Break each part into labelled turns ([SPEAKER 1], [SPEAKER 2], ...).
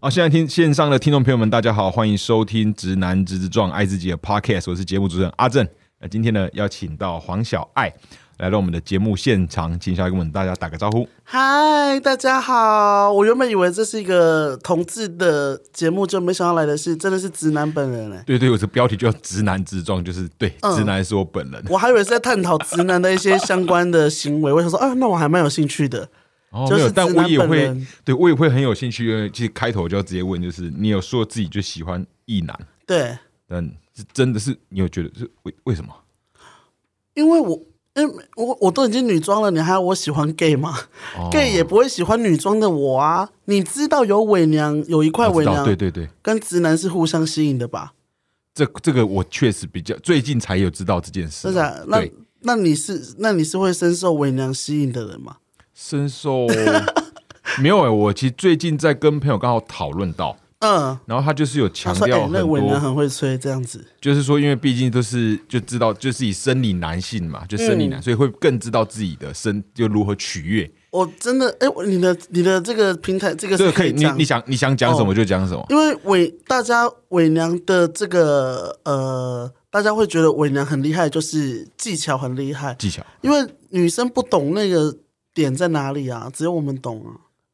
[SPEAKER 1] 啊，现在听线上的听众朋友们，大家好，欢迎收听《直男直直撞爱自己》的 Podcast，我是节目主持人阿正。那今天呢，邀请到黄小爱来到我们的节目现场，请小爱跟我们大家打个招呼。
[SPEAKER 2] 嗨，大家好！我原本以为这是一个同志的节目，就没想到来的是真的是直男本人哎、
[SPEAKER 1] 对对，我这标题就叫“直男直撞”，就是对，
[SPEAKER 2] 嗯
[SPEAKER 1] 直男是我本人。
[SPEAKER 2] 我还以为是在探讨直男的一些相关的行为，我 想说啊，那我还蛮有兴趣的。
[SPEAKER 1] 哦，
[SPEAKER 2] 就是
[SPEAKER 1] 没有，但
[SPEAKER 2] 直
[SPEAKER 1] 我
[SPEAKER 2] 男
[SPEAKER 1] 也
[SPEAKER 2] 本
[SPEAKER 1] 会
[SPEAKER 2] 人，
[SPEAKER 1] 对我也会很有兴趣，因为其实开头就要直接问，就是你有说自己就喜欢异男，
[SPEAKER 2] 对，
[SPEAKER 1] 但是真的是你有觉得是为为什么？
[SPEAKER 2] 因为我。因为我我都已经女装了，你还要我喜欢 gay 吗、
[SPEAKER 1] 哦
[SPEAKER 2] g a y 也不会喜欢女装的我啊！你知道有伪娘，有一块
[SPEAKER 1] 我
[SPEAKER 2] 伪
[SPEAKER 1] 知道，
[SPEAKER 2] 娘
[SPEAKER 1] 对对对，
[SPEAKER 2] 跟直男是互相吸引的吧？
[SPEAKER 1] 这这个我确实比较最近才有知道这件事
[SPEAKER 2] 是
[SPEAKER 1] 啊，
[SPEAKER 2] 的，那
[SPEAKER 1] 对
[SPEAKER 2] 那你是那你是会深受伪娘吸引的人吗？
[SPEAKER 1] 深受没有哎、我其实最近在跟朋友刚好讨论到，
[SPEAKER 2] 嗯，
[SPEAKER 1] 然后他就是有
[SPEAKER 2] 他
[SPEAKER 1] 强
[SPEAKER 2] 说哎、
[SPEAKER 1] 调
[SPEAKER 2] 那
[SPEAKER 1] 很
[SPEAKER 2] 个伪娘
[SPEAKER 1] 多，
[SPEAKER 2] 很会吹这样子。
[SPEAKER 1] 就是说因为毕竟都是就知道就是以生理男性嘛，就生理
[SPEAKER 2] 嗯
[SPEAKER 1] 男，所以会更知道自己的身就如何取悦，
[SPEAKER 2] 我真的，哎、我你的你的这个平台，这个
[SPEAKER 1] 这
[SPEAKER 2] 是
[SPEAKER 1] 个可以，你
[SPEAKER 2] 讲
[SPEAKER 1] 你，想你想讲什么
[SPEAKER 2] 哦
[SPEAKER 1] 就讲什么。
[SPEAKER 2] 因为伪大家伪娘的这个呃，大家会觉得伪娘很厉害，就是技巧很厉害，
[SPEAKER 1] 技巧
[SPEAKER 2] 因为女生不懂那个点在哪里啊，只有我们懂啊，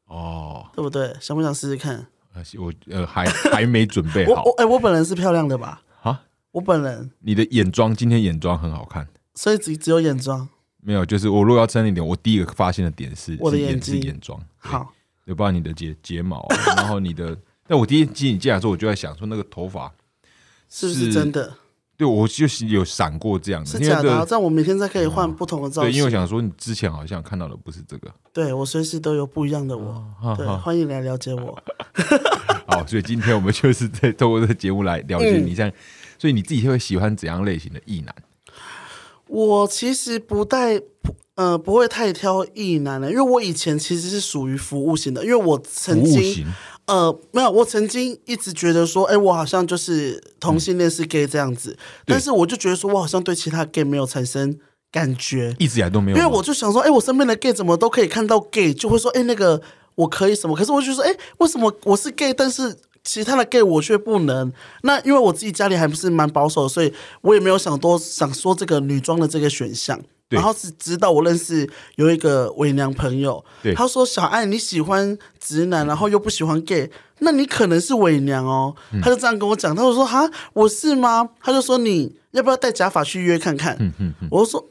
[SPEAKER 1] 哦，
[SPEAKER 2] 对不对？想不想试试看？
[SPEAKER 1] 呃我呃还还没准备
[SPEAKER 2] 我
[SPEAKER 1] 好
[SPEAKER 2] 我哎、我本人是漂亮的吧？
[SPEAKER 1] 啊。
[SPEAKER 2] 我本人，
[SPEAKER 1] 你的眼妆今天眼妆很好看，
[SPEAKER 2] 所以只只有眼妆
[SPEAKER 1] 没有？就是我如果要称一点，我第一个发现的点是
[SPEAKER 2] 我的
[SPEAKER 1] 是眼
[SPEAKER 2] 眼
[SPEAKER 1] 是
[SPEAKER 2] 睛
[SPEAKER 1] 眼妆，
[SPEAKER 2] 好。
[SPEAKER 1] 对，包括你的睫睫毛啊， 然后你的。但我第一进你进来的时候，我就在想说那个头发，
[SPEAKER 2] 是不
[SPEAKER 1] 是
[SPEAKER 2] 是真的？
[SPEAKER 1] 对我就是有闪过这样的，
[SPEAKER 2] 是
[SPEAKER 1] 因为
[SPEAKER 2] 假的、啊？
[SPEAKER 1] 这
[SPEAKER 2] 这样我每天才可以换不同的造
[SPEAKER 1] 对，因为
[SPEAKER 2] 型。
[SPEAKER 1] 我想说你之前好像看到的不是这个，
[SPEAKER 2] 对我随时都有不一样的我。
[SPEAKER 1] 哦哈
[SPEAKER 2] 对，
[SPEAKER 1] 哈
[SPEAKER 2] 欢迎来了解我。
[SPEAKER 1] 好，所以今天我们就是在透过这个节目来了解你这样，所以你自己会喜欢怎样类型的异男？
[SPEAKER 2] 我其实不太不呃不会太挑异男的，因为我以前其实是属于服务型的，因为我
[SPEAKER 1] 服
[SPEAKER 2] 曾
[SPEAKER 1] 务
[SPEAKER 2] 经
[SPEAKER 1] 型
[SPEAKER 2] 呃没有，我曾经一直觉得说，哎、我好像就是同性恋是 gay 这样子，但是我就觉得说我好像对其他 gay 没有产生感觉，
[SPEAKER 1] 一直以来都没有
[SPEAKER 2] 因
[SPEAKER 1] 吗，
[SPEAKER 2] 为我就想说，哎、我身边的 gay 怎么都可以看到 gay，就会说，哎、那个我可以什么？可是我就说，哎、为什么我是 gay，但是其他的 gay 我却不能？那因为我自己家里还不是蛮保守的，所以我也没有想多想说这个女装的这个选项。
[SPEAKER 1] 对
[SPEAKER 2] 然后是直到我认识有一个伪娘朋友
[SPEAKER 1] 对，
[SPEAKER 2] 他说：“小爱，你喜欢直男，然后又不喜欢 gay，那你可能是伪娘哦。
[SPEAKER 1] 嗯
[SPEAKER 2] 他就这样跟我讲，他就说：“哈，我是吗？”他就说：“你要不要戴假发去约看看？”
[SPEAKER 1] 嗯
[SPEAKER 2] 我就说：“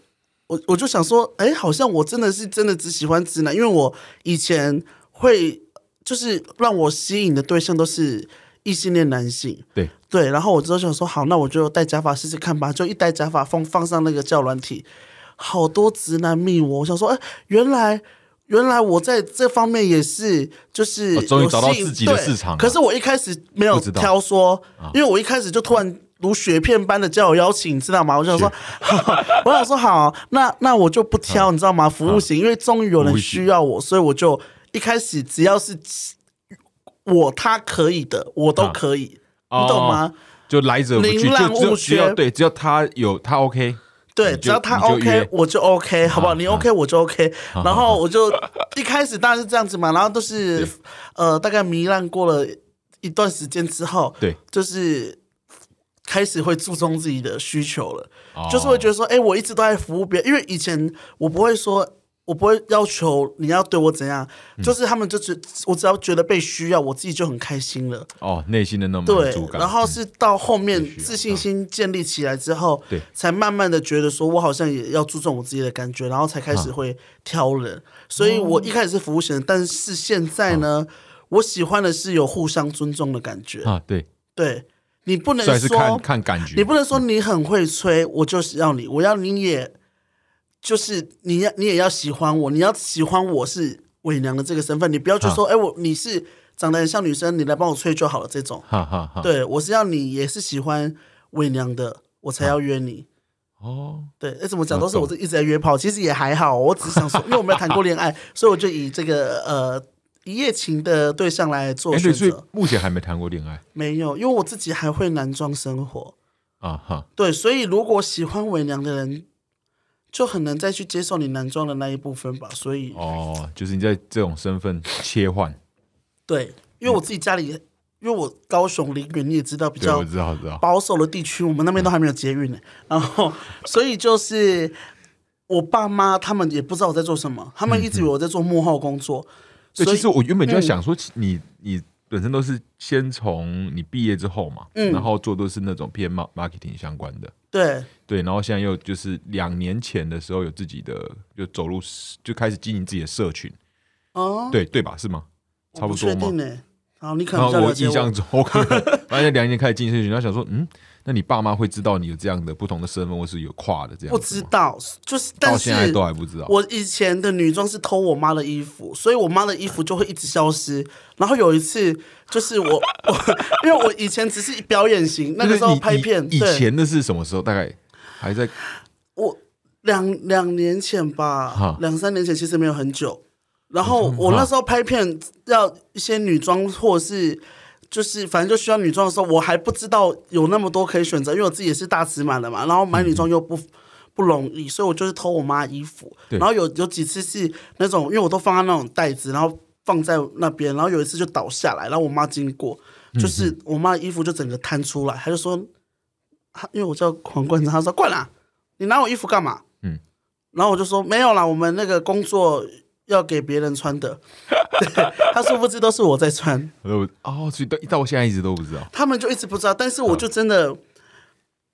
[SPEAKER 2] 我我就想说，哎、好像我真的是真的只喜欢直男，因为我以前会就是让我吸引的对象都是异性恋男性，
[SPEAKER 1] 对
[SPEAKER 2] 对，然后我之后想说，好，那我就戴假发试试看吧，就一戴假发放放上那个叫软体，好多直男密我，我想说，哎、原来。原来我在这方面也是，就是
[SPEAKER 1] 哦终于
[SPEAKER 2] 有
[SPEAKER 1] 找到
[SPEAKER 2] 吸引
[SPEAKER 1] 自己的
[SPEAKER 2] 对
[SPEAKER 1] 市场了
[SPEAKER 2] 可是我一开始没有
[SPEAKER 1] 不知道啊
[SPEAKER 2] 挑说，因为我一开始就突然如雪片般的叫我邀请，你知道吗？我就想说， 我想说好，那那我就不挑，
[SPEAKER 1] 嗯
[SPEAKER 2] 你知道吗？服务型，因为终于有人需要我，所以我就一开始只要是我他可以的，我都可以，
[SPEAKER 1] 啊
[SPEAKER 2] 你懂吗？
[SPEAKER 1] 就来者不拒，
[SPEAKER 2] 琳
[SPEAKER 1] 就
[SPEAKER 2] 琅
[SPEAKER 1] 只有
[SPEAKER 2] 勿
[SPEAKER 1] 只有
[SPEAKER 2] 缺
[SPEAKER 1] 对，只要他有他 OK，
[SPEAKER 2] 对，
[SPEAKER 1] 就
[SPEAKER 2] 只要他
[SPEAKER 1] 你就约啊
[SPEAKER 2] OK，我就 OK，好不好？你 OK，我就 OK。然后我就一开始当然是这样子嘛，然后都是呃，大概糜烂过了一段时间之后，
[SPEAKER 1] 对，
[SPEAKER 2] 就是开始会注重自己的需求了，
[SPEAKER 1] 哦
[SPEAKER 2] 就是会觉得说，哎，我一直都在服务别人，因为以前我不会说。我不会要求你要对我怎样，
[SPEAKER 1] 嗯
[SPEAKER 2] 就是他们就只我只要觉得被需要，我自己就很开心了。
[SPEAKER 1] 哦，内心的那种满
[SPEAKER 2] 对
[SPEAKER 1] 足，感，嗯
[SPEAKER 2] 然后是到后面
[SPEAKER 1] 必须啊
[SPEAKER 2] 自信心建立起来之后，
[SPEAKER 1] 对
[SPEAKER 2] 才慢慢的觉得说我好像也要注重我自己的感觉，然后才
[SPEAKER 1] 啊
[SPEAKER 2] 开始会挑人。所以我一开始是服务型的，但是现在呢，我喜欢的是有互相尊重的感觉。
[SPEAKER 1] 啊，对，
[SPEAKER 2] 对你不能
[SPEAKER 1] 所以还是看
[SPEAKER 2] 说，
[SPEAKER 1] 看感觉，
[SPEAKER 2] 你不能说你很会吹，我就是要你，我要你也，就是你要你也要喜欢我，你要喜欢我是伪娘的这个身份，你不要
[SPEAKER 1] 啊
[SPEAKER 2] 就说哎、我你是长得很像女生，你来帮我吹就好了这种。
[SPEAKER 1] 哈哈哈，
[SPEAKER 2] 对，我是要你也是喜欢伪娘的，我才要约你。
[SPEAKER 1] 哦，
[SPEAKER 2] 对，哎，怎么讲
[SPEAKER 1] 我
[SPEAKER 2] 都是我这一直在约炮，其实也还好，我只是想说，因为我没有谈过恋爱，所以我就以这个呃一夜情的对象来做
[SPEAKER 1] 哎，
[SPEAKER 2] 选
[SPEAKER 1] 对，所以
[SPEAKER 2] 择。
[SPEAKER 1] 目前还没谈过恋爱
[SPEAKER 2] 没有，因为我自己还会男装生活，
[SPEAKER 1] 啊哈，
[SPEAKER 2] 对，所以如果喜欢伪娘的人，就很难再去接受你男
[SPEAKER 1] 哦
[SPEAKER 2] 装的那一部分吧。所以，
[SPEAKER 1] 哦，就是你在这种身份切换，
[SPEAKER 2] 对，因为我自己家里，因为我高雄林园你也知道比
[SPEAKER 1] 对，
[SPEAKER 2] 较
[SPEAKER 1] 我知道，我知道。
[SPEAKER 2] 保守的地区，我们那边都还没有捷运呢。然后，所以就是我爸妈他们也不知道我在做什么，他们一直以为我在做幕后工作。
[SPEAKER 1] 对，
[SPEAKER 2] 所以嗯
[SPEAKER 1] 其实我原本就在想说，你你本身都是先从你毕业之后嘛，
[SPEAKER 2] 嗯
[SPEAKER 1] 然后做都是那种偏 mar- marketing 相关的，
[SPEAKER 2] 对
[SPEAKER 1] 对，然后现在又就是两年前的时候有自己的，就走入就开始经营自己的社群，
[SPEAKER 2] 哦，
[SPEAKER 1] 对对吧？是吗？差
[SPEAKER 2] 我不
[SPEAKER 1] 多
[SPEAKER 2] 确
[SPEAKER 1] 吗
[SPEAKER 2] 定？呢。好，你可
[SPEAKER 1] 然
[SPEAKER 2] 能
[SPEAKER 1] 后
[SPEAKER 2] 比较
[SPEAKER 1] 我
[SPEAKER 2] 了解
[SPEAKER 1] 印象
[SPEAKER 2] 我。
[SPEAKER 1] 中，我可能发现两年前开始进社群，然后想说，嗯，那你爸妈会知道你有这样的不同的身份，或是有跨的这样
[SPEAKER 2] 不
[SPEAKER 1] 子
[SPEAKER 2] 知
[SPEAKER 1] 吗？
[SPEAKER 2] 道，就是
[SPEAKER 1] 到
[SPEAKER 2] 但
[SPEAKER 1] 现在
[SPEAKER 2] 是
[SPEAKER 1] 都还不知道。
[SPEAKER 2] 我以前的女装是偷我妈的衣服，所以我妈的衣服就会一直消失。然后有一次，就是我我， 因为我以前只是表演型，那
[SPEAKER 1] 就
[SPEAKER 2] 个
[SPEAKER 1] 是
[SPEAKER 2] 时候
[SPEAKER 1] 你
[SPEAKER 2] 拍
[SPEAKER 1] 你
[SPEAKER 2] 片，
[SPEAKER 1] 以
[SPEAKER 2] 对，
[SPEAKER 1] 前的是什么时候？大概还在
[SPEAKER 2] 我两两年前吧
[SPEAKER 1] 哈，
[SPEAKER 2] 两三年前其实没有很久。然后我那时候拍片要一些女装或者是。就是反正就需要女装的时候，我还不知道有那么多可以选择，因为我自己也是大尺码的嘛，然后买女装又不、不容易，所以我就是偷我妈衣服。
[SPEAKER 1] 对
[SPEAKER 2] 然后有有几次是那种，因为我都放在那种袋子，然后放在那边，然后有一次就倒下来，然后我妈经过，就是我妈的衣服就整个摊出来，她就说，她因为我叫黄冠章，她说冠啦、你拿我衣服干嘛？
[SPEAKER 1] 嗯
[SPEAKER 2] 嗯，然后我就说没有啦，我们那个工作要给别人穿的。对，他殊不知都是我在穿，
[SPEAKER 1] 我都不哦，所以到到我现在一直都不知道。
[SPEAKER 2] 他们就一直不知道，但是我就真的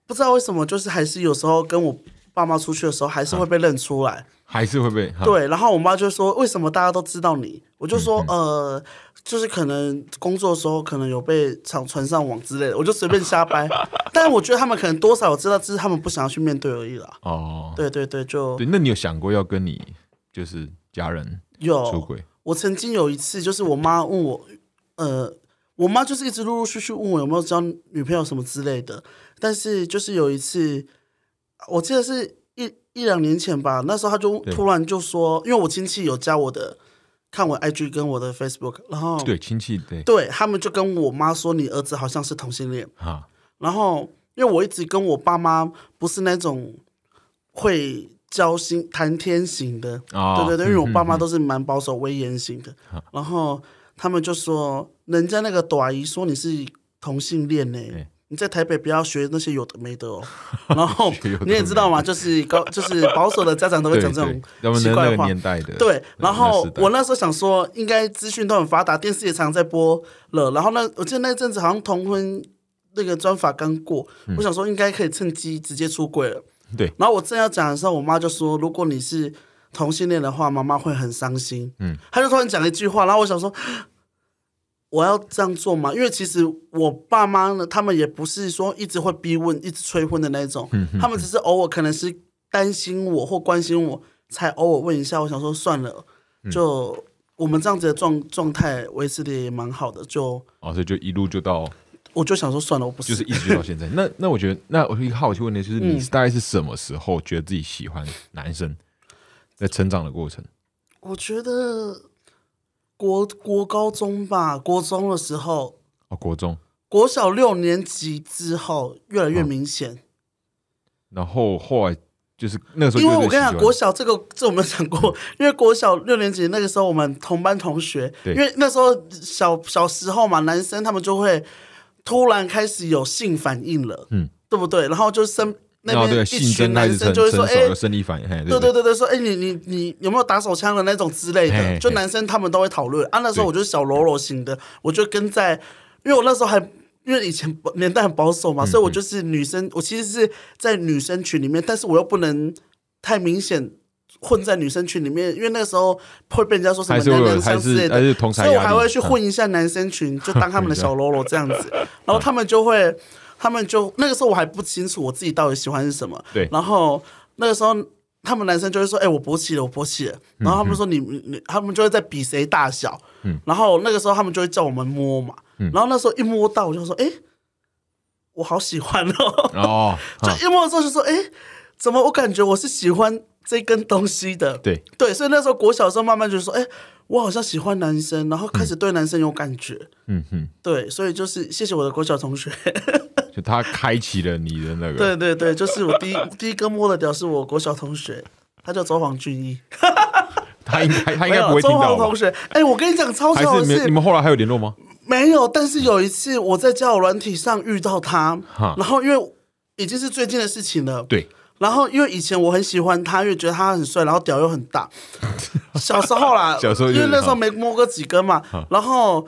[SPEAKER 2] 不知道为什么，就是还是有时候跟我爸妈出去的时候，还是会被认出来。
[SPEAKER 1] 还是会被哈
[SPEAKER 2] 对，然后我妈就说：“为什么大家都知道你？”我就说：“呃，就是可能工作的时候可能有被传传上网之类的，我就随便瞎掰。但我觉得他们可能多少有知道，只是他们不想要去面对而已啦。
[SPEAKER 1] 哦，
[SPEAKER 2] 对对对，就
[SPEAKER 1] 对，那你有想过要跟你就是家人
[SPEAKER 2] 有
[SPEAKER 1] 出轨？
[SPEAKER 2] 我曾经有一次，就是我妈问我，呃，我妈就是一直陆陆续续问我有没有交女朋友什么之类的。但是就是有一次，我记得是一一两年前吧，那时候她就
[SPEAKER 1] 对
[SPEAKER 2] 突然就说，因为我亲戚有加我的，看我 IG 跟我的 Facebook，然后
[SPEAKER 1] 对，亲戚对
[SPEAKER 2] 对他们就跟我妈说，你儿子好像是同性恋。
[SPEAKER 1] 哈，
[SPEAKER 2] 然后因为我一直跟我爸妈不是那种会交心谈天型的，
[SPEAKER 1] 哦
[SPEAKER 2] 对对对，因为我爸妈
[SPEAKER 1] 嗯
[SPEAKER 2] 都是蛮保守威严型的，然后他们就说人家那个朵阿姨说你是同性恋呢、
[SPEAKER 1] 对
[SPEAKER 2] 你在台北不要学那些有的没 的哦，然后
[SPEAKER 1] 学有的
[SPEAKER 2] 你也知道嘛，就是高就是保守的家长都会
[SPEAKER 1] 对
[SPEAKER 2] 讲
[SPEAKER 1] 对，
[SPEAKER 2] 这种
[SPEAKER 1] 他们
[SPEAKER 2] 奇
[SPEAKER 1] 的
[SPEAKER 2] 怪
[SPEAKER 1] 那
[SPEAKER 2] 的
[SPEAKER 1] 个
[SPEAKER 2] 话，
[SPEAKER 1] 年代的
[SPEAKER 2] 对，然
[SPEAKER 1] 那
[SPEAKER 2] 后
[SPEAKER 1] 时代
[SPEAKER 2] 我那时候想说，应该资讯都很发达，电视也常在播了。然后那我记得那阵子好像同婚那个专法刚过，
[SPEAKER 1] 嗯
[SPEAKER 2] 我想说应该可以趁机直接出柜了。
[SPEAKER 1] 对，
[SPEAKER 2] 然后我正要讲的时候，我妈就说，如果你是同性恋的话，妈妈会很伤心。
[SPEAKER 1] 嗯
[SPEAKER 2] 嗯，她就突然讲了一句话，然后我想说。啊我要这样做吗？因为其实我爸妈呢，他们也不是说一直会逼问、一直催婚的那一种，
[SPEAKER 1] 嗯
[SPEAKER 2] 他们只是偶尔可能是担心我或关心我，才偶尔问一下。我想说算了，
[SPEAKER 1] 嗯
[SPEAKER 2] 就我们这样子的状状态维持的也蛮好的，就
[SPEAKER 1] 哦，所以就一路就到
[SPEAKER 2] 我就想说算了，我不
[SPEAKER 1] 就是
[SPEAKER 2] 是
[SPEAKER 1] 一直就到现在。那那我觉得，那我一个好奇问题就是，你
[SPEAKER 2] 嗯
[SPEAKER 1] 大概是什么时候觉得自己喜欢男生？在成长的过程，
[SPEAKER 2] 我觉得国国高中吧，国中的时候，
[SPEAKER 1] 哦，国中，
[SPEAKER 2] 国小六年级之后越来越明显，
[SPEAKER 1] 然后后来就是那个时候
[SPEAKER 2] 因
[SPEAKER 1] 就
[SPEAKER 2] 为
[SPEAKER 1] 是
[SPEAKER 2] 我跟你讲，
[SPEAKER 1] 喜欢
[SPEAKER 2] 国小这个这我没有讲过， 因为国小六年级那个时候我们同班同学，
[SPEAKER 1] 对
[SPEAKER 2] 因为那时候小小时候嘛，男生他们就会突然开始有性反应了，
[SPEAKER 1] 嗯
[SPEAKER 2] 嗯，对不对？然后就身那
[SPEAKER 1] 然后
[SPEAKER 2] 边
[SPEAKER 1] 哦对
[SPEAKER 2] 一
[SPEAKER 1] 性
[SPEAKER 2] 群
[SPEAKER 1] 征开
[SPEAKER 2] 男
[SPEAKER 1] 始成
[SPEAKER 2] 生就会
[SPEAKER 1] 成
[SPEAKER 2] 说，
[SPEAKER 1] 熟
[SPEAKER 2] 哎、
[SPEAKER 1] 有生理反应，嘿
[SPEAKER 2] 对
[SPEAKER 1] 对
[SPEAKER 2] 对，对对，说哎、你你你有没有打手枪的那种之类
[SPEAKER 1] 嘿嘿
[SPEAKER 2] 的，就男生他们都会讨论啊。那时候我就是小喽啰型的，我就跟在，因为我那时候还因为以前保年代很保守嘛，所以我就是女生，我其实是在女生群里面，但是我又不能太明显混在女生群里面，因为那时候会被人家说什么
[SPEAKER 1] 还是会
[SPEAKER 2] 娘
[SPEAKER 1] 有
[SPEAKER 2] 娘腔之
[SPEAKER 1] 还
[SPEAKER 2] 类
[SPEAKER 1] 是还是
[SPEAKER 2] 的，
[SPEAKER 1] 同侪
[SPEAKER 2] 所以我
[SPEAKER 1] 压力嗯
[SPEAKER 2] 还会去混一下男生群，就当他们的小喽啰这样子，然后他们就会。他们就那个时候我还不清楚我自己到底喜欢是什么，
[SPEAKER 1] 对
[SPEAKER 2] 然后那个时候他们男生就会说：“哎、我勃起了，我勃起了。”
[SPEAKER 1] 嗯
[SPEAKER 2] 然后他们说你：“你你，他们就会在比谁大小。”然后那个时候他们就会叫我们摸嘛，
[SPEAKER 1] 嗯
[SPEAKER 2] 然后那时候一摸到我就说：“哎、我好喜欢 哦！”
[SPEAKER 1] 哦，哈
[SPEAKER 2] 就一摸的时候就说：“哎、怎么我感觉我是喜欢这根东西的？”
[SPEAKER 1] 对，
[SPEAKER 2] 对，所以那时候国小的时候慢慢就说：“哎、我好像喜欢男生，然后开始对男生有感觉。
[SPEAKER 1] 嗯哼，
[SPEAKER 2] 对，所以就是谢谢我的国小同学。
[SPEAKER 1] 就他开启了你的那个，
[SPEAKER 2] 对对对，就是我第一第一个摸的屌是我国小同学，他叫周黄俊一，
[SPEAKER 1] 他应该他应该
[SPEAKER 2] 没有
[SPEAKER 1] 不会听
[SPEAKER 2] 周
[SPEAKER 1] 到
[SPEAKER 2] 黄
[SPEAKER 1] 吧
[SPEAKER 2] 同？学，哎、我跟你讲超
[SPEAKER 1] 还
[SPEAKER 2] 巧的
[SPEAKER 1] 是你们你
[SPEAKER 2] 是，
[SPEAKER 1] 们后来还有联络吗？
[SPEAKER 2] 没有，但是有一次我在交友软体上遇到他
[SPEAKER 1] 哈，
[SPEAKER 2] 然后因为已经是最近的事情了，
[SPEAKER 1] 对，
[SPEAKER 2] 然后因为以前我很喜欢他，因为觉得他很帅，然后屌又很 大。小时候啦，
[SPEAKER 1] 小时候就
[SPEAKER 2] 因
[SPEAKER 1] 是
[SPEAKER 2] 为那时候没摸过几根嘛。然后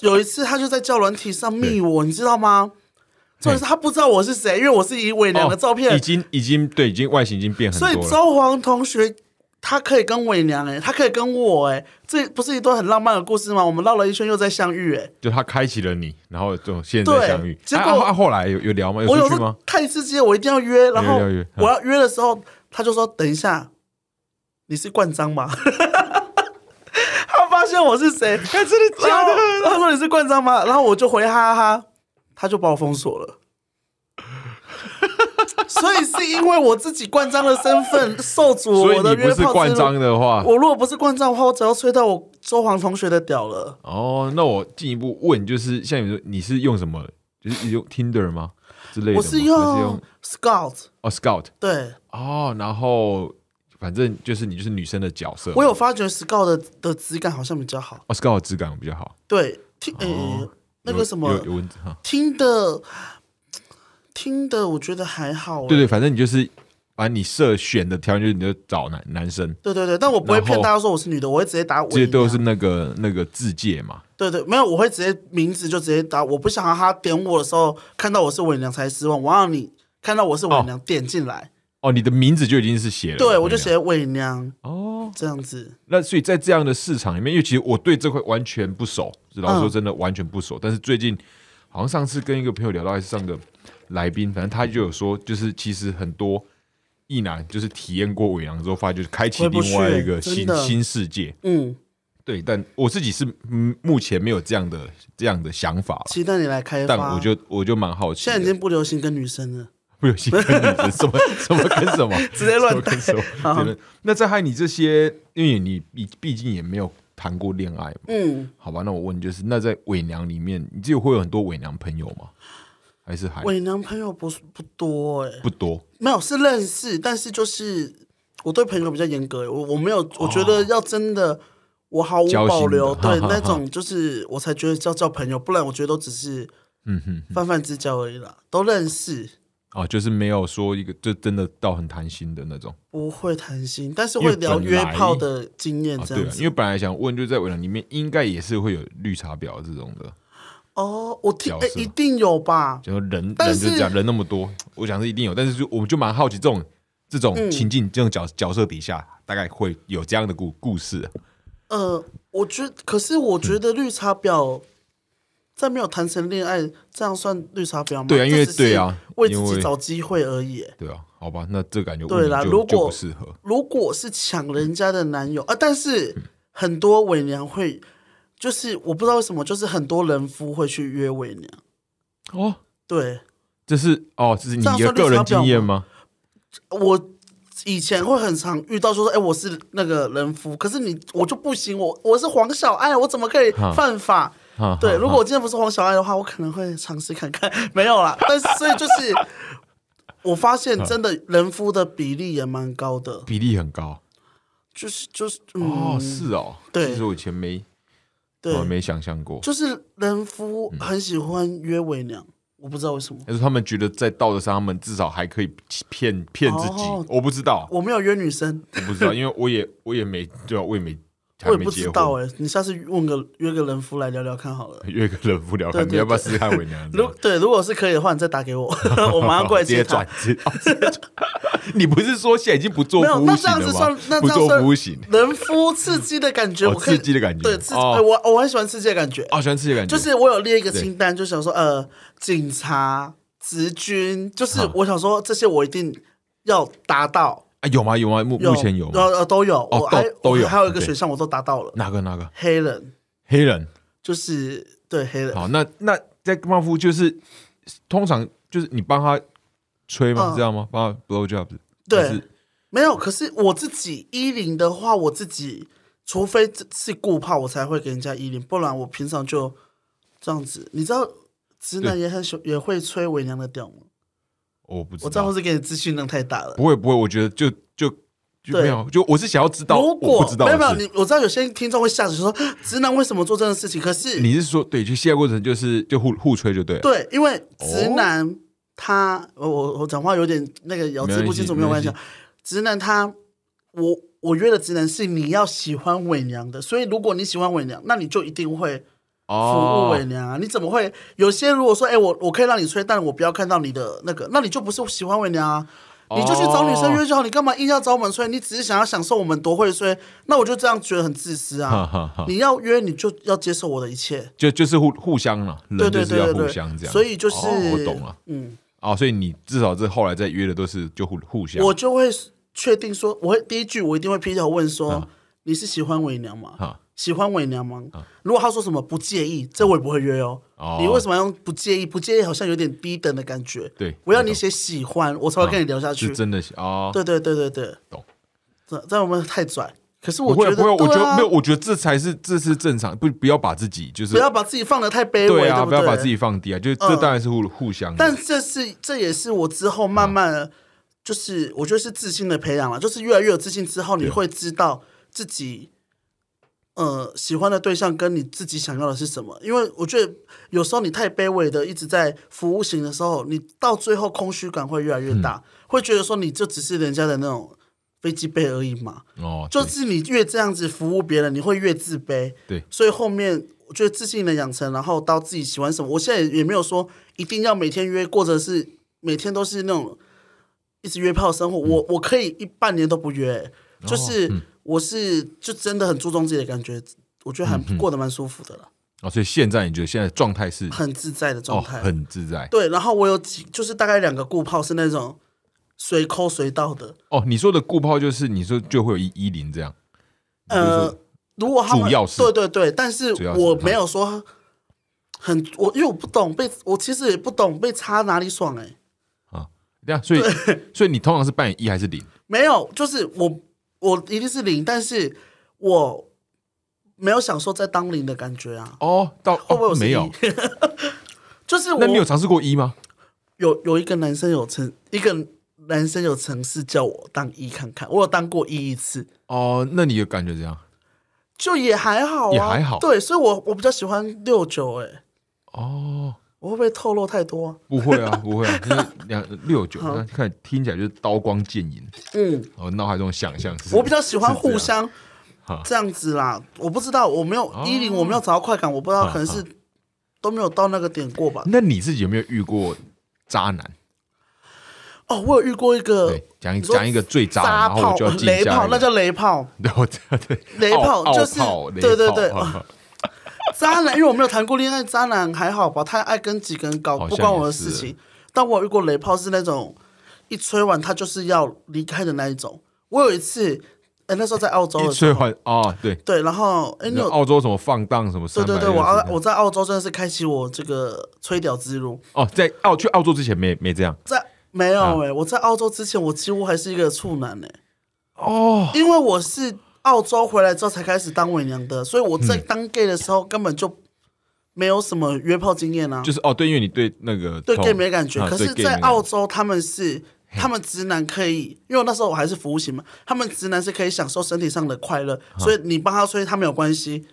[SPEAKER 2] 有一次他就在叫软体上密我，你知道吗？重点是他不知道我是谁，因为我是以伪娘的照片，
[SPEAKER 1] 哦已经已经对，已经外形已经变很
[SPEAKER 2] 所以
[SPEAKER 1] 多了。
[SPEAKER 2] 周黄同学他可以跟伪娘哎、他可以跟我哎、这不是一段很浪漫的故事吗？我们绕了一圈又再相遇哎、
[SPEAKER 1] 就他开启了你，然后就现在
[SPEAKER 2] 对
[SPEAKER 1] 相遇。
[SPEAKER 2] 结
[SPEAKER 1] 啊
[SPEAKER 2] 果
[SPEAKER 1] 啊啊后来有有聊吗？有
[SPEAKER 2] 我有
[SPEAKER 1] 出
[SPEAKER 2] 时
[SPEAKER 1] 去
[SPEAKER 2] 候
[SPEAKER 1] 吗？
[SPEAKER 2] 太刺激了，我一定要约。然后
[SPEAKER 1] 要约嗯
[SPEAKER 2] 我要约的时候，他就说：“等一下，你是冠章吗？” 他发现我是谁，
[SPEAKER 1] 哎，真的
[SPEAKER 2] 然后？他说：“你是冠章吗？”然后我就回哈哈哈，他就把我封锁了。 所以是因为我自己冠章的身份受阻
[SPEAKER 1] 所以
[SPEAKER 2] 我的
[SPEAKER 1] 你不
[SPEAKER 2] 约
[SPEAKER 1] 是
[SPEAKER 2] 炮
[SPEAKER 1] 冠
[SPEAKER 2] 之路
[SPEAKER 1] 章。啊的话，
[SPEAKER 2] 我如果不是冠章的话，我只要吹到我周黄同学的屌了。
[SPEAKER 1] 哦，那我进一步问，就是像你说，你是用什么？就是用 Tinder 吗之类的吗？
[SPEAKER 2] 我是
[SPEAKER 1] 还是
[SPEAKER 2] 用
[SPEAKER 1] 用
[SPEAKER 2] Scout，
[SPEAKER 1] 哦 Scout
[SPEAKER 2] 对
[SPEAKER 1] 哦，然后反正就是你就是女生的角色。
[SPEAKER 2] 我有发觉 Scout 的的质感好像比较好。
[SPEAKER 1] 哦 Scout 的质感比较好，
[SPEAKER 2] 对，听呃、
[SPEAKER 1] 哦
[SPEAKER 2] 那
[SPEAKER 1] 有
[SPEAKER 2] 个什么
[SPEAKER 1] 有有蚊子哈。
[SPEAKER 2] 听的听的，我觉得还好、欸。
[SPEAKER 1] 对对，反正你就是把你设选的条件，就是你就找男男生，
[SPEAKER 2] 对对对但我不会
[SPEAKER 1] 然后
[SPEAKER 2] 骗大家说我是女的，我会直接打我。啊
[SPEAKER 1] 这些都是那个那个字界嘛。
[SPEAKER 2] 对对，没有，我会直接名字就直接打，我不想让他点我的时候看到我是伪娘才失望，我让你看到我是伪娘点进来，
[SPEAKER 1] 哦，你的名字就已经是写了，
[SPEAKER 2] 对我就写伪娘
[SPEAKER 1] 哦。
[SPEAKER 2] 这样子。
[SPEAKER 1] 那所以在这样的市场里面，因为其实我对这块完全不熟，是老实说真的完全不熟。但是最近好像上次跟一个朋友聊到，还是上个来宾，反正他就有说，就是其实很多异男就是体验过伪娘之后，发现就是开启
[SPEAKER 2] 回不去
[SPEAKER 1] 另外一个新
[SPEAKER 2] 真的
[SPEAKER 1] 新世界。
[SPEAKER 2] 嗯，
[SPEAKER 1] 对，但我自己是嗯目前没有这样的这样的想法啦，
[SPEAKER 2] 期待你来开发。
[SPEAKER 1] 但我就我就蛮好奇的，
[SPEAKER 2] 现在已经不流行跟女生了，
[SPEAKER 1] 不有心跟女生什 么什么跟什么，
[SPEAKER 2] 直接乱带
[SPEAKER 1] 什么跟什么。
[SPEAKER 2] 好
[SPEAKER 1] 真的那在害你这些，因为你毕毕竟也没有谈过恋爱嘛，
[SPEAKER 2] 嗯，
[SPEAKER 1] 好吧？那我问就是，那在伪娘里面，你自己会有很多伪娘朋友吗？还是还
[SPEAKER 2] 伪娘朋友不是不多哎、
[SPEAKER 1] 不多？
[SPEAKER 2] 没有是认识，但是就是我对朋友比较严格，我我没有，我觉得要真的我毫无保留，
[SPEAKER 1] 哦交心的
[SPEAKER 2] 对
[SPEAKER 1] 哈哈哈
[SPEAKER 2] 那种就是我才觉得叫叫朋友，不然我觉得都只是
[SPEAKER 1] 嗯哼，
[SPEAKER 2] 泛泛之交而已啦，都认识，
[SPEAKER 1] 哦，就是没有说一个就真的到很谈心的那种。
[SPEAKER 2] 不会谈心，但是
[SPEAKER 1] 因
[SPEAKER 2] 会
[SPEAKER 1] 为本
[SPEAKER 2] 聊约
[SPEAKER 1] 来
[SPEAKER 2] 炮的经验
[SPEAKER 1] 啊，
[SPEAKER 2] 这
[SPEAKER 1] 对
[SPEAKER 2] 样
[SPEAKER 1] 了，
[SPEAKER 2] 子
[SPEAKER 1] 因。为本来想问，就在伪娘里面应该也是会有绿茶婊这种的，
[SPEAKER 2] 哦，我听，
[SPEAKER 1] 角
[SPEAKER 2] 哎、
[SPEAKER 1] 色
[SPEAKER 2] 一定有吧？
[SPEAKER 1] 就人人
[SPEAKER 2] 但
[SPEAKER 1] 就是这样，人那么多，我想是一定有，但是就我们就蛮好奇这种这种情境、这种角角色底下，大概会有这样的故故事。
[SPEAKER 2] 呃，我觉，可是我觉得绿茶婊。在没有谈成恋爱，这样算绿茶婊吗？
[SPEAKER 1] 对啊因为
[SPEAKER 2] 这只是
[SPEAKER 1] 对啊
[SPEAKER 2] 为
[SPEAKER 1] 因
[SPEAKER 2] 自己
[SPEAKER 1] 为
[SPEAKER 2] 找机会而已、哎
[SPEAKER 1] 对啊，好吧，那这感觉
[SPEAKER 2] 对啦
[SPEAKER 1] 问你就
[SPEAKER 2] 如果
[SPEAKER 1] 就不适合
[SPEAKER 2] 如果是抢人家的男友啊，但是很多伪娘会，就是我不知道为什么，就是很多人夫会去约伪娘。
[SPEAKER 1] 哦。
[SPEAKER 2] 对
[SPEAKER 1] 这是哦，这是你
[SPEAKER 2] 这样
[SPEAKER 1] 的
[SPEAKER 2] 算
[SPEAKER 1] 个
[SPEAKER 2] 绿
[SPEAKER 1] 人
[SPEAKER 2] 茶
[SPEAKER 1] 经
[SPEAKER 2] 婊
[SPEAKER 1] 验吗？
[SPEAKER 2] 我以前会很常遇到说，哎、我是那个人夫，可是你我就不行，我我是黄小爱，我怎么可以
[SPEAKER 1] 哈
[SPEAKER 2] 犯法？
[SPEAKER 1] 啊，
[SPEAKER 2] 对，
[SPEAKER 1] 哈
[SPEAKER 2] 如果我今天不是黄小爱的话，我可能会尝试看 看，没有啦。但是所以就是，我发现真的人夫的比例也蛮高的，
[SPEAKER 1] 比例很高
[SPEAKER 2] 就是就是，嗯，
[SPEAKER 1] 哦，是哦，
[SPEAKER 2] 对
[SPEAKER 1] 其实我以前没
[SPEAKER 2] 对，
[SPEAKER 1] 我没想象过，
[SPEAKER 2] 就是人夫
[SPEAKER 1] 嗯
[SPEAKER 2] 很喜欢约伪娘，我不知道为什么。
[SPEAKER 1] 但是他们觉得在道德上，他们至少还可以骗骗自己
[SPEAKER 2] 哦，
[SPEAKER 1] 我不知道，
[SPEAKER 2] 我没有约女生，
[SPEAKER 1] 我不知 道，因为我也我也没对啊，我也没还
[SPEAKER 2] 我也
[SPEAKER 1] 没
[SPEAKER 2] 不
[SPEAKER 1] 结
[SPEAKER 2] 知
[SPEAKER 1] 婚嗯
[SPEAKER 2] 道哎、你下次问个约个人夫来聊聊看好了。
[SPEAKER 1] 约个人夫聊看，
[SPEAKER 2] 对对
[SPEAKER 1] 你要不要
[SPEAKER 2] 对
[SPEAKER 1] 试试看伪娘？这
[SPEAKER 2] 如
[SPEAKER 1] 样
[SPEAKER 2] 对，如果是可以的话，你再打 给我，我马上过来
[SPEAKER 1] 直接
[SPEAKER 2] 接他
[SPEAKER 1] 转。职。哦直接转 你不是说现在已经不做
[SPEAKER 2] 没
[SPEAKER 1] 服
[SPEAKER 2] 有，
[SPEAKER 1] 务
[SPEAKER 2] 那这
[SPEAKER 1] 型
[SPEAKER 2] 样子
[SPEAKER 1] 了
[SPEAKER 2] 算
[SPEAKER 1] 吗？，
[SPEAKER 2] 那这
[SPEAKER 1] 不
[SPEAKER 2] 样
[SPEAKER 1] 做
[SPEAKER 2] 算
[SPEAKER 1] 服务型，
[SPEAKER 2] 人夫刺激的感觉，
[SPEAKER 1] 哦
[SPEAKER 2] 我可以
[SPEAKER 1] 刺激的感觉
[SPEAKER 2] 对，刺激，
[SPEAKER 1] 哦
[SPEAKER 2] 哎我我很喜欢刺激的感觉。
[SPEAKER 1] 哦，喜欢吃的感觉，
[SPEAKER 2] 就是我有列一个清单，就想说，呃，警察、职军，就是我想说这些我一定要达到。
[SPEAKER 1] 啊，有吗？有吗？目
[SPEAKER 2] 有
[SPEAKER 1] 目前有
[SPEAKER 2] 呃
[SPEAKER 1] 吗？
[SPEAKER 2] 呃都有，
[SPEAKER 1] 哦
[SPEAKER 2] 我还
[SPEAKER 1] 都都有
[SPEAKER 2] 我还有一个
[SPEAKER 1] OK 嗯
[SPEAKER 2] 选项我都达到了。
[SPEAKER 1] 哪个哪个
[SPEAKER 2] 黑人
[SPEAKER 1] 黑人？
[SPEAKER 2] 就是对黑人，
[SPEAKER 1] 好，那那在帮夫就是通常就是你帮他吹吗？
[SPEAKER 2] 嗯
[SPEAKER 1] 这样吗？帮他 blow job？还
[SPEAKER 2] 对
[SPEAKER 1] 是，
[SPEAKER 2] 没有。可是我自己衣领的话，我自己除非是固炮，我才会给人家衣领，不然我平常就这样子。你知道直男也很喜也会吹伪娘的屌吗？
[SPEAKER 1] 哦我不知
[SPEAKER 2] 我这样
[SPEAKER 1] 道
[SPEAKER 2] 会，是给你资讯量太大了。
[SPEAKER 1] 不会不会，我觉得就就就没有，就我是想要知道，
[SPEAKER 2] 如
[SPEAKER 1] 我
[SPEAKER 2] 果
[SPEAKER 1] 不知道
[SPEAKER 2] 没
[SPEAKER 1] 的
[SPEAKER 2] 有
[SPEAKER 1] 事，
[SPEAKER 2] 没有你，我知道有些听众会吓着说，直男为什么做这样的事情？可是
[SPEAKER 1] 你是说对，就现在过程就是就互互吹就对了，
[SPEAKER 2] 对，因为直男他，我我我讲话有点那个咬字不清楚，
[SPEAKER 1] 没
[SPEAKER 2] 没有
[SPEAKER 1] 关
[SPEAKER 2] 关
[SPEAKER 1] 系
[SPEAKER 2] 系。直男他，我我约的直男是你要喜欢伪娘的，所以如果你喜欢伪娘，那你就一定会服务伪
[SPEAKER 1] 哦，
[SPEAKER 2] 娘啊。你怎么会有些如果说，哎、我我可以让你吹，但我不要看到你的那个，那你就不是喜欢伪娘啊。你就去找女生约就好，你干嘛硬要找我们吹？你只是想要享受我们多会吹，那我就这样觉得很自私
[SPEAKER 1] 哈
[SPEAKER 2] 啊！
[SPEAKER 1] 哈哈，
[SPEAKER 2] 你要约你就要接受我的一切，
[SPEAKER 1] 就就是互互相了，
[SPEAKER 2] 对
[SPEAKER 1] 人就
[SPEAKER 2] 对
[SPEAKER 1] 是
[SPEAKER 2] 对
[SPEAKER 1] 要
[SPEAKER 2] 对
[SPEAKER 1] 互
[SPEAKER 2] 对，
[SPEAKER 1] 相这样，
[SPEAKER 2] 所以就是、
[SPEAKER 1] 哦我懂了，
[SPEAKER 2] 嗯，
[SPEAKER 1] 哦，所以你至少是后来再约的都是就互互相，
[SPEAKER 2] 我就会确定说，我会第一句我一定会劈头问说，
[SPEAKER 1] 啊
[SPEAKER 2] 你是喜欢伪娘吗？
[SPEAKER 1] 哈
[SPEAKER 2] 喜欢伪娘吗？如果他说什么不介意，这我也不会约哦。
[SPEAKER 1] 哦
[SPEAKER 2] 你为什么要用不介意？不介意好像有点低等的感觉。
[SPEAKER 1] 对
[SPEAKER 2] 我要你写喜欢，我才会跟你聊下去
[SPEAKER 1] 是。真的哦，
[SPEAKER 2] 对对对对对，
[SPEAKER 1] 懂。
[SPEAKER 2] 这这样我们太拽。可是
[SPEAKER 1] 不
[SPEAKER 2] 我
[SPEAKER 1] 会
[SPEAKER 2] 觉
[SPEAKER 1] 不会，我觉
[SPEAKER 2] 得，对
[SPEAKER 1] 得
[SPEAKER 2] 啊
[SPEAKER 1] 没有，我觉得这才是这是正常，不不要把自己就是
[SPEAKER 2] 不要把自己放的太卑微，
[SPEAKER 1] 对啊，
[SPEAKER 2] 对
[SPEAKER 1] 不要把自
[SPEAKER 2] 己。
[SPEAKER 1] 己放低啊，就是这当然是互互相的，
[SPEAKER 2] 但这是这也是我之后慢慢的，就是我觉得是自信的培养了，就是越来越有自信之后，你会知道自己呃喜欢的对象跟你自己想要的是什么。因为我觉得有时候你太卑微的一直在服务型的时候，你到最后空虚感会越来越大，会觉得说你就只是人家的那种飞机杯而已嘛。
[SPEAKER 1] 哦，对
[SPEAKER 2] 就是你越这样子服务别人，你会越自卑。
[SPEAKER 1] 对
[SPEAKER 2] 所以后面我觉得自信的养成，然后到自己喜欢什么，我现在也没有说一定要每天约，或者是每天都是那种一直约炮的
[SPEAKER 1] 嗯
[SPEAKER 2] 生活。我我可以一半年都不约，
[SPEAKER 1] 哦
[SPEAKER 2] 就是我是就真的很注重自己的感觉，我觉
[SPEAKER 1] 嗯
[SPEAKER 2] 得还过得蛮舒服的了，
[SPEAKER 1] 哦，所以现在你觉得现在状态是
[SPEAKER 2] 很自在的
[SPEAKER 1] 哦
[SPEAKER 2] 状态。
[SPEAKER 1] 很自在
[SPEAKER 2] 对，然后我有几就是大概两个顾炮是那种随抠随到的，
[SPEAKER 1] 哦，你说的顾炮就是你说就会有一一零这样，
[SPEAKER 2] 呃，如果他们
[SPEAKER 1] 主要是
[SPEAKER 2] 对对对，但是
[SPEAKER 1] 主要是
[SPEAKER 2] 我没有说很我，因为我不懂被我其实也不懂被插哪里爽哎、
[SPEAKER 1] 啊这样，所以 所以你通常是扮演一还是零？
[SPEAKER 2] 没有，就是我我一定是零，但是我没有享受在当零的感觉啊，
[SPEAKER 1] 哦，到
[SPEAKER 2] 会不会
[SPEAKER 1] 哦
[SPEAKER 2] 我是
[SPEAKER 1] 没
[SPEAKER 2] 一
[SPEAKER 1] 有？？
[SPEAKER 2] 就是我
[SPEAKER 1] 那你有尝试过一吗？
[SPEAKER 2] 有有一个男生有曾一个男生有曾是叫我当一看看，我有当过一一次。
[SPEAKER 1] 哦，那你有感觉怎样？
[SPEAKER 2] 就也还好啊，
[SPEAKER 1] 也还好
[SPEAKER 2] 对，所以我我比较喜欢六九，哎，
[SPEAKER 1] 哦，
[SPEAKER 2] 我会不会透露太多啊、
[SPEAKER 1] 不会啊， 不会啊，就是两六九，那看听起来就是刀光剑影，
[SPEAKER 2] 嗯，
[SPEAKER 1] 我脑海中的想象是
[SPEAKER 2] 我比较喜欢互
[SPEAKER 1] 是这样
[SPEAKER 2] 相
[SPEAKER 1] 哈
[SPEAKER 2] 这样子啦，我不知道，我没有
[SPEAKER 1] 哦
[SPEAKER 2] 一零，我没有找到快感，我不知道，可能是都没有到那个点过吧。
[SPEAKER 1] 那你自己有没有遇过渣男？
[SPEAKER 2] 哦，我有遇过一个
[SPEAKER 1] 对，讲一
[SPEAKER 2] 你说
[SPEAKER 1] 讲一个最渣的，
[SPEAKER 2] 渣
[SPEAKER 1] 然后
[SPEAKER 2] 炮
[SPEAKER 1] 我就要、进
[SPEAKER 2] 雷
[SPEAKER 1] 下
[SPEAKER 2] 炮
[SPEAKER 1] 一，个
[SPEAKER 2] 那叫雷炮，
[SPEAKER 1] 对，我知道对，
[SPEAKER 2] 雷炮
[SPEAKER 1] 傲
[SPEAKER 2] 就是
[SPEAKER 1] 傲炮哦雷
[SPEAKER 2] 对对
[SPEAKER 1] 炮
[SPEAKER 2] 对
[SPEAKER 1] 哈哈
[SPEAKER 2] 渣男，因为我没有谈过恋爱，渣男还好吧，他爱跟几个人搞，
[SPEAKER 1] 好像
[SPEAKER 2] 不关我的
[SPEAKER 1] 也是
[SPEAKER 2] 事情。但我有遇过雷炮是那种一吹完他就是要离开的那一种。我有一次，哎，那时候在澳洲
[SPEAKER 1] 一
[SPEAKER 2] 的时
[SPEAKER 1] 吹
[SPEAKER 2] 候，
[SPEAKER 1] 完哦，对，
[SPEAKER 2] 对，然后哎，你有
[SPEAKER 1] 澳洲什么放荡什么三
[SPEAKER 2] 对
[SPEAKER 1] 百六
[SPEAKER 2] 对
[SPEAKER 1] 十
[SPEAKER 2] 对，
[SPEAKER 1] 天，
[SPEAKER 2] 我澳我在澳洲真的是开启我这个吹屌之路。
[SPEAKER 1] 哦，在澳去澳洲之前没没这样
[SPEAKER 2] 在没有
[SPEAKER 1] 啊
[SPEAKER 2] 哎、我在澳洲之前，我几乎还是一个处男哎、
[SPEAKER 1] 哦，
[SPEAKER 2] 因为我是澳洲回来之后才开始当伪娘的，所以我在当 gay 的时候根本就没有什么约炮经验啊，
[SPEAKER 1] 就是哦，对，因为你对那个
[SPEAKER 2] 对
[SPEAKER 1] 同
[SPEAKER 2] gay 没感觉。
[SPEAKER 1] 啊
[SPEAKER 2] 可是，
[SPEAKER 1] 对 gay
[SPEAKER 2] 在
[SPEAKER 1] 没感
[SPEAKER 2] 澳洲他们是。他们直男可以，因为那时候我还是服务型嘛，他们直男是可以享受身体上的快乐，
[SPEAKER 1] 啊
[SPEAKER 2] 所以你帮他吹他没有关系，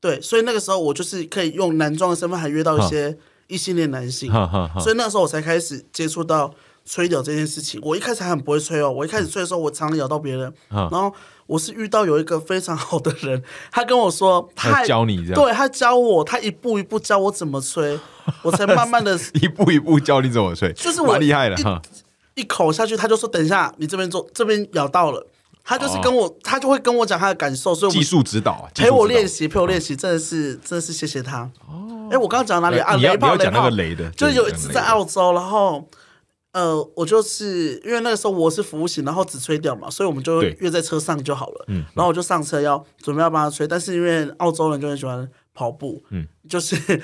[SPEAKER 2] 对，所以那个时候我就是可以用男装的身份还约到一些
[SPEAKER 1] 啊
[SPEAKER 2] 异性恋男性
[SPEAKER 1] 觉，哈哈哈，
[SPEAKER 2] 所以那时候我才开始接触到吹屌这件事情。我一开始还很不会吹哦，我一开始吹的时候，我常常咬到别人。
[SPEAKER 1] 嗯
[SPEAKER 2] 然后我是遇到有一个非常好的人，他跟我说，他
[SPEAKER 1] 教你这样
[SPEAKER 2] 对他教我，他一步一步教我怎么 吹，我才慢慢的
[SPEAKER 1] 一步一步教你怎么吹，
[SPEAKER 2] 就是我
[SPEAKER 1] 蛮厉害的
[SPEAKER 2] 一
[SPEAKER 1] 哈，
[SPEAKER 2] 一口下去，他就说等一下，你这边做这边咬到了，他就是跟我，他就会跟我讲他的感受，所以我
[SPEAKER 1] 技
[SPEAKER 2] 们
[SPEAKER 1] 术指导，啊技术
[SPEAKER 2] 陪我
[SPEAKER 1] 指导
[SPEAKER 2] 练。习，陪我练习，真的是真的是谢谢他。哦，哎，我刚刚讲到哪里啊？
[SPEAKER 1] 你要呃
[SPEAKER 2] 雷
[SPEAKER 1] 你
[SPEAKER 2] 炮
[SPEAKER 1] 要讲那
[SPEAKER 2] 炮
[SPEAKER 1] 个雷的，
[SPEAKER 2] 就
[SPEAKER 1] 对
[SPEAKER 2] 有一
[SPEAKER 1] 讲
[SPEAKER 2] 次
[SPEAKER 1] 雷
[SPEAKER 2] 在
[SPEAKER 1] 的
[SPEAKER 2] 澳洲，然后呃，我就是因为那个时候我是服务型，然后只吹掉嘛，所以我们就
[SPEAKER 1] 对嗯
[SPEAKER 2] 约在车上就好了。然后我就上车要准备要帮他吹，但是因为澳洲人就很喜欢跑步，嗯，就是。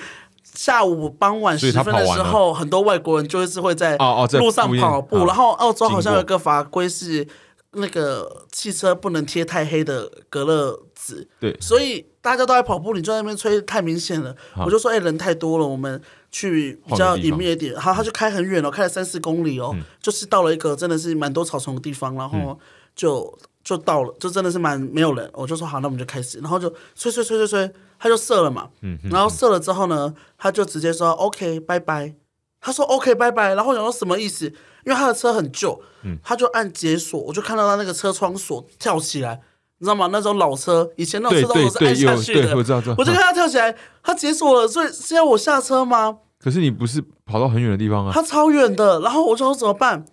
[SPEAKER 2] 下午傍晚
[SPEAKER 1] 所以
[SPEAKER 2] 时
[SPEAKER 1] 他
[SPEAKER 2] 分的
[SPEAKER 1] 跑完
[SPEAKER 2] 时
[SPEAKER 1] 了
[SPEAKER 2] 候，很多外国人就是会在
[SPEAKER 1] 哦哦在
[SPEAKER 2] 路上
[SPEAKER 1] 附近
[SPEAKER 2] 跑步。
[SPEAKER 1] 啊
[SPEAKER 2] 然后澳洲好
[SPEAKER 1] 经
[SPEAKER 2] 像
[SPEAKER 1] 过
[SPEAKER 2] 有一个法规是，那个汽车不能贴太黑的隔热纸。
[SPEAKER 1] 对
[SPEAKER 2] 所以大家都在跑步，你就在那边吹，太明显了。我就说，哎、人太多了，我们去比较隐秘一点。好，他就开很远哦，开了三四公里哦，就是到了一个真的是蛮多草丛的地方，然后就就到了，就真的是蛮没有人，我就说好，那我们就开始，然后就吹吹吹吹吹，他就射了嘛，然后射了之后呢，他就直接说 OK 拜拜，他说 OK 拜拜，然后我想说什么意思？因为他的车很旧，
[SPEAKER 1] 嗯
[SPEAKER 2] 他就按解锁，我就看到他那个车窗锁跳起来，你知道吗？那种老车，以前那种
[SPEAKER 1] 对
[SPEAKER 2] 车窗
[SPEAKER 1] 对
[SPEAKER 2] 都是按
[SPEAKER 1] 对，
[SPEAKER 2] 下
[SPEAKER 1] 有
[SPEAKER 2] 去
[SPEAKER 1] 对，
[SPEAKER 2] 的，
[SPEAKER 1] 我知道知道。
[SPEAKER 2] 我就看他跳起来，他解锁了，所以是要我下车吗？
[SPEAKER 1] 可是你不是跑到很远的地方啊？
[SPEAKER 2] 他超远的，然后我就说怎么办？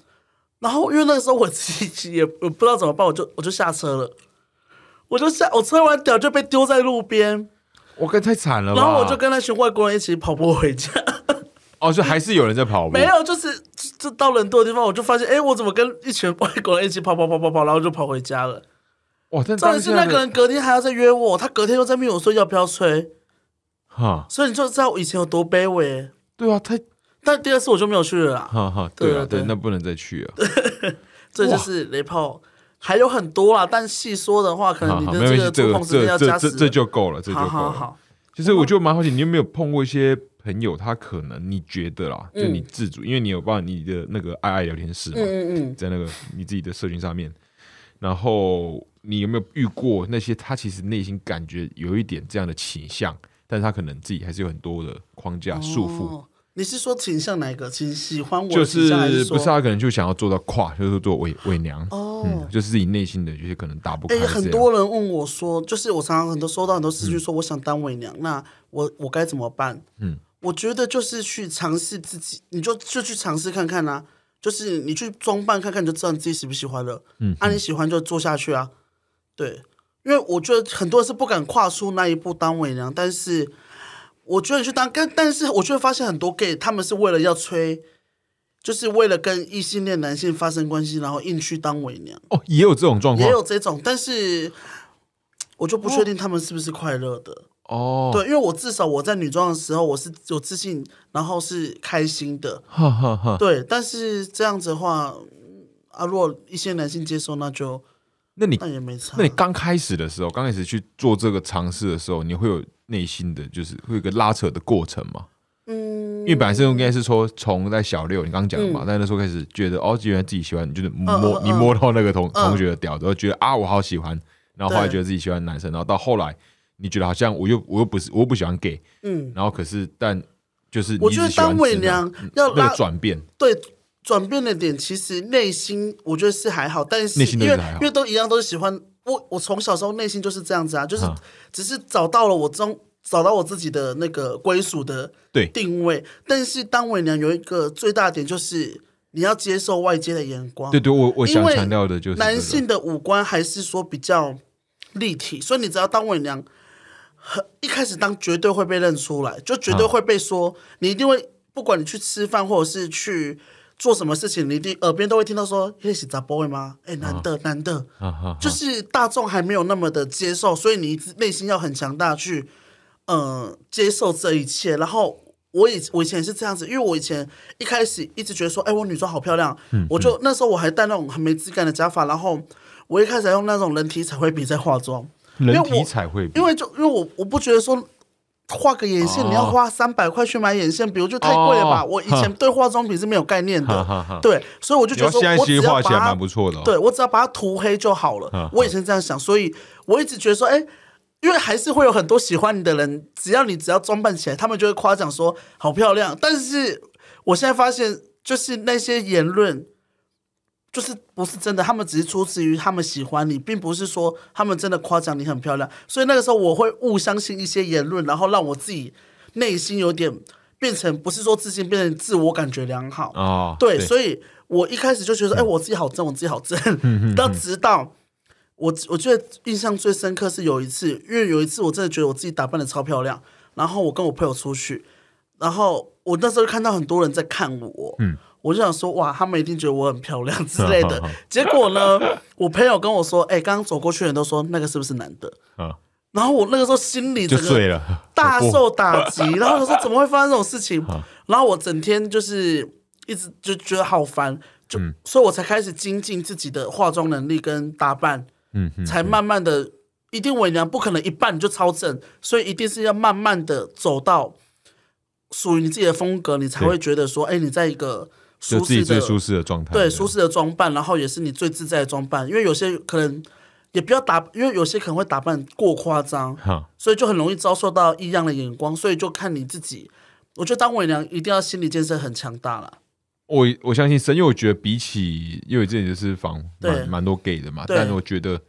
[SPEAKER 2] 然后因为那个时候我自己也我不知道怎么办，我就我就下车了，我就下我吹完屌就被丢在路边，
[SPEAKER 1] 我跟太惨了吧？
[SPEAKER 2] 然后我就跟那群外国人一起跑步回家。
[SPEAKER 1] 哦，就还是有人在跑步，
[SPEAKER 2] 没有，就是就就到人多的地方，我就发现，哎，我怎么跟一群外国人一起跑跑跑跑跑，然后就跑回家了。
[SPEAKER 1] 哇！但
[SPEAKER 2] 重
[SPEAKER 1] 当
[SPEAKER 2] 点是
[SPEAKER 1] 时
[SPEAKER 2] 那个人隔天还要再约我，他隔天又在密我说要不要吹，
[SPEAKER 1] 哈，
[SPEAKER 2] 所以你就知道我以前有多卑微。
[SPEAKER 1] 对啊，太
[SPEAKER 2] 但第二次我就没有去了啦。
[SPEAKER 1] 哈哈，对啊，
[SPEAKER 2] 对对
[SPEAKER 1] 对，那不能再去了。
[SPEAKER 2] 这就是雷炮，还有很多啦，但细说的话，可
[SPEAKER 1] 好
[SPEAKER 2] 嗯能你
[SPEAKER 1] 好，
[SPEAKER 2] 的
[SPEAKER 1] 没关
[SPEAKER 2] 这
[SPEAKER 1] 系，
[SPEAKER 2] 个
[SPEAKER 1] 这
[SPEAKER 2] 触碰
[SPEAKER 1] 个
[SPEAKER 2] 时间要
[SPEAKER 1] 这
[SPEAKER 2] 加
[SPEAKER 1] 这
[SPEAKER 2] 时
[SPEAKER 1] 这。这就够了，这就够
[SPEAKER 2] 好
[SPEAKER 1] 了。
[SPEAKER 2] 好好，
[SPEAKER 1] 其实我就蛮好奇，你有没有碰过一些朋友，他可能你觉得啦，就你自主，因为你有办你的那个爱爱聊天室嘛，
[SPEAKER 2] 嗯嗯嗯
[SPEAKER 1] 在那个你自己的社群上面，然后你有没有遇过那些他其实内心感觉有一点这样的倾向，但是他可能自己还是有很多的框架
[SPEAKER 2] 嗯，
[SPEAKER 1] 束缚，
[SPEAKER 2] 哦。你是说倾向哪一个？请喜欢我
[SPEAKER 1] 就
[SPEAKER 2] 的倾向，还
[SPEAKER 1] 是
[SPEAKER 2] 说
[SPEAKER 1] 不是他可能就想要做到跨，就是做伪伪娘，嗯
[SPEAKER 2] 哦，。
[SPEAKER 1] 就是自己内心的啊有些可能打不开
[SPEAKER 2] 哎、
[SPEAKER 1] 这样，
[SPEAKER 2] 很多人问我说，就是我常常很多收到很多私讯说，我想当伪娘，那我我该怎么办？
[SPEAKER 1] 嗯，
[SPEAKER 2] 我觉得就是去尝试自己，你就就去尝试看看啊，就是你去装扮看看，你就知道你自己喜不喜欢了。
[SPEAKER 1] 嗯
[SPEAKER 2] 啊，你喜欢就做下去啊。对，因为我觉得很多人是不敢跨出那一步当伪娘，但是我觉得你去当，但但是我就会发现很多 gay 他们是为了要吹，就是为了跟异性恋男性发生关系，然后硬去当伪娘。
[SPEAKER 1] 哦，也有这种状
[SPEAKER 2] 也
[SPEAKER 1] 况
[SPEAKER 2] 有这种，但是我就不确定他们是不是快乐的。
[SPEAKER 1] 哦，
[SPEAKER 2] 对，因为我至少我在女装的时候，我是有自信，然后是开心的。
[SPEAKER 1] 哈哈哈。
[SPEAKER 2] 对，但是这样子的话，嗯啊，如果一些男性接受，那就
[SPEAKER 1] 那你
[SPEAKER 2] 那也没差。
[SPEAKER 1] 那你刚开始的时候，刚开始去做这个尝试的时候，你会有内心的，就是会有一个拉扯的过程吗？
[SPEAKER 2] 嗯嗯
[SPEAKER 1] 因为本来是应该是说从在小六，你刚刚讲的嘛，但那时候开始觉得哦，原来自己喜欢，你就是摸、
[SPEAKER 2] 嗯嗯
[SPEAKER 1] 你摸到那个同、同学的屌，然
[SPEAKER 2] 嗯
[SPEAKER 1] 后觉得啊，我好喜欢，然后后来
[SPEAKER 2] 对
[SPEAKER 1] 觉得自己喜欢男生，然后到后来你觉得好像我又我又不是我又不喜欢 gay，
[SPEAKER 2] 嗯，
[SPEAKER 1] 然后可是但就是你
[SPEAKER 2] 我觉得
[SPEAKER 1] 一直喜欢
[SPEAKER 2] 当伪
[SPEAKER 1] 直男
[SPEAKER 2] 娘要
[SPEAKER 1] 那
[SPEAKER 2] 拉
[SPEAKER 1] 个转变，
[SPEAKER 2] 对转变的点，其实内心我觉得是还好，但是
[SPEAKER 1] 内心
[SPEAKER 2] 因
[SPEAKER 1] 都
[SPEAKER 2] 为
[SPEAKER 1] 是还好
[SPEAKER 2] 因为都一样，都是喜欢我。我从小时候内心就是这样子啊，就是
[SPEAKER 1] 嗯
[SPEAKER 2] 只是找到了我中找到我自己的那个归属的
[SPEAKER 1] 对
[SPEAKER 2] 定位。但是当伪娘有一个最大点就是你要接受外界的眼光，
[SPEAKER 1] 对对，我我想
[SPEAKER 2] 因为
[SPEAKER 1] 强调的就是、这个、
[SPEAKER 2] 男性的五官还是说比较立体，所以你只要当伪娘，很一开始当绝对会被认出来，就绝对会被说，你一定会，不管你去吃饭或者是去做什么事情，你一定耳边都会听到说“嘿，是杂 boy 吗？”哎、男的，男的，
[SPEAKER 1] 啊哈哈
[SPEAKER 2] 就是大众还没有那么的接受，所以你内心要很强大去，呃，接受这一切。然后我以我以前也是这样子，因为我以前一开始一直觉得说，哎、我女装好漂亮，
[SPEAKER 1] 嗯
[SPEAKER 2] 我就那时候我还戴那种很没质感的假发，然后我一开始还用那种人体彩绘笔在化妆，
[SPEAKER 1] 人
[SPEAKER 2] 因为
[SPEAKER 1] 体
[SPEAKER 2] 我
[SPEAKER 1] 彩绘笔
[SPEAKER 2] 因为就因为我我不觉得说。嗯画个眼线，
[SPEAKER 1] 哦
[SPEAKER 2] 你要花三百块去买眼线笔，我觉得太贵了吧？
[SPEAKER 1] 哦
[SPEAKER 2] 我以前对化妆品是没有概念
[SPEAKER 1] 哈哈
[SPEAKER 2] 的
[SPEAKER 1] 哈，
[SPEAKER 2] 对，所以我就
[SPEAKER 1] 你
[SPEAKER 2] 觉
[SPEAKER 1] 要
[SPEAKER 2] 得说
[SPEAKER 1] 现在，
[SPEAKER 2] 我
[SPEAKER 1] 其
[SPEAKER 2] 只
[SPEAKER 1] 实
[SPEAKER 2] 要
[SPEAKER 1] 画
[SPEAKER 2] 把
[SPEAKER 1] 起来
[SPEAKER 2] 它
[SPEAKER 1] 蛮不错的、哦，
[SPEAKER 2] 对我只要把它涂黑就好
[SPEAKER 1] 嗯
[SPEAKER 2] 了。我以前这样想，所以我一直觉得说，哎、因为还是会有很多喜欢你的人，只要你只要装扮起来，他们就会夸奖说好漂亮。但是我现在发现，就是那些言论。就是不是真的，他们只是出自于他们喜欢你，并不是说他们真的夸奖你很漂亮。所以那个时候我会误相信一些言论，然后让我自己内心有点变成不是说自信，变成自我感觉良好。
[SPEAKER 1] 哦，
[SPEAKER 2] 对，所以我一开始就觉
[SPEAKER 1] 嗯
[SPEAKER 2] 得说，哎、我自己好正，我自己好正。到直到我，我觉得印象最深刻是有一次，因为有一次我真的觉得我自己打扮的超漂亮，然后我跟我朋友出去，然后我那时候看到很多人在看我，
[SPEAKER 1] 嗯
[SPEAKER 2] 我就想说，哇，他们一定觉得我很漂亮之类的
[SPEAKER 1] 好好。
[SPEAKER 2] 结果呢，我朋友跟我说，哎、刚刚走过去的人都说那个是不是男的？
[SPEAKER 1] 啊，
[SPEAKER 2] 然后我那个时候心里
[SPEAKER 1] 就
[SPEAKER 2] 整个
[SPEAKER 1] 醉了，
[SPEAKER 2] 大
[SPEAKER 1] 我
[SPEAKER 2] 受打 击，然后我说怎么会发生这种事情？然后我整天就是一直就觉得好烦，就、
[SPEAKER 1] 嗯
[SPEAKER 2] 所以我才开始精进自己的化妆能力跟打扮，
[SPEAKER 1] 嗯嗯，
[SPEAKER 2] 才慢慢的，一定伪娘不可能一半就超正，所以一定是要慢慢的走到属于你自己的风格，你才会觉得说，哎，你在一个
[SPEAKER 1] 就
[SPEAKER 2] 舒
[SPEAKER 1] 自己
[SPEAKER 2] 适
[SPEAKER 1] 最
[SPEAKER 2] 的
[SPEAKER 1] 舒适的状态，这
[SPEAKER 2] 对
[SPEAKER 1] 样
[SPEAKER 2] 舒适的装扮，然后也是你最自在的装扮，因为有些可能也不要打，因为有些可能会打扮过夸张，
[SPEAKER 1] 哈，
[SPEAKER 2] 所以就很容易遭受到异样的眼光，所以就看你自己。我觉得当伪娘一定要心理建设很强大啦。
[SPEAKER 1] 我我相信神，因为我觉得比起因为之前就是访
[SPEAKER 2] 对
[SPEAKER 1] 蛮蛮多 gay 的嘛，
[SPEAKER 2] 对
[SPEAKER 1] 但我觉得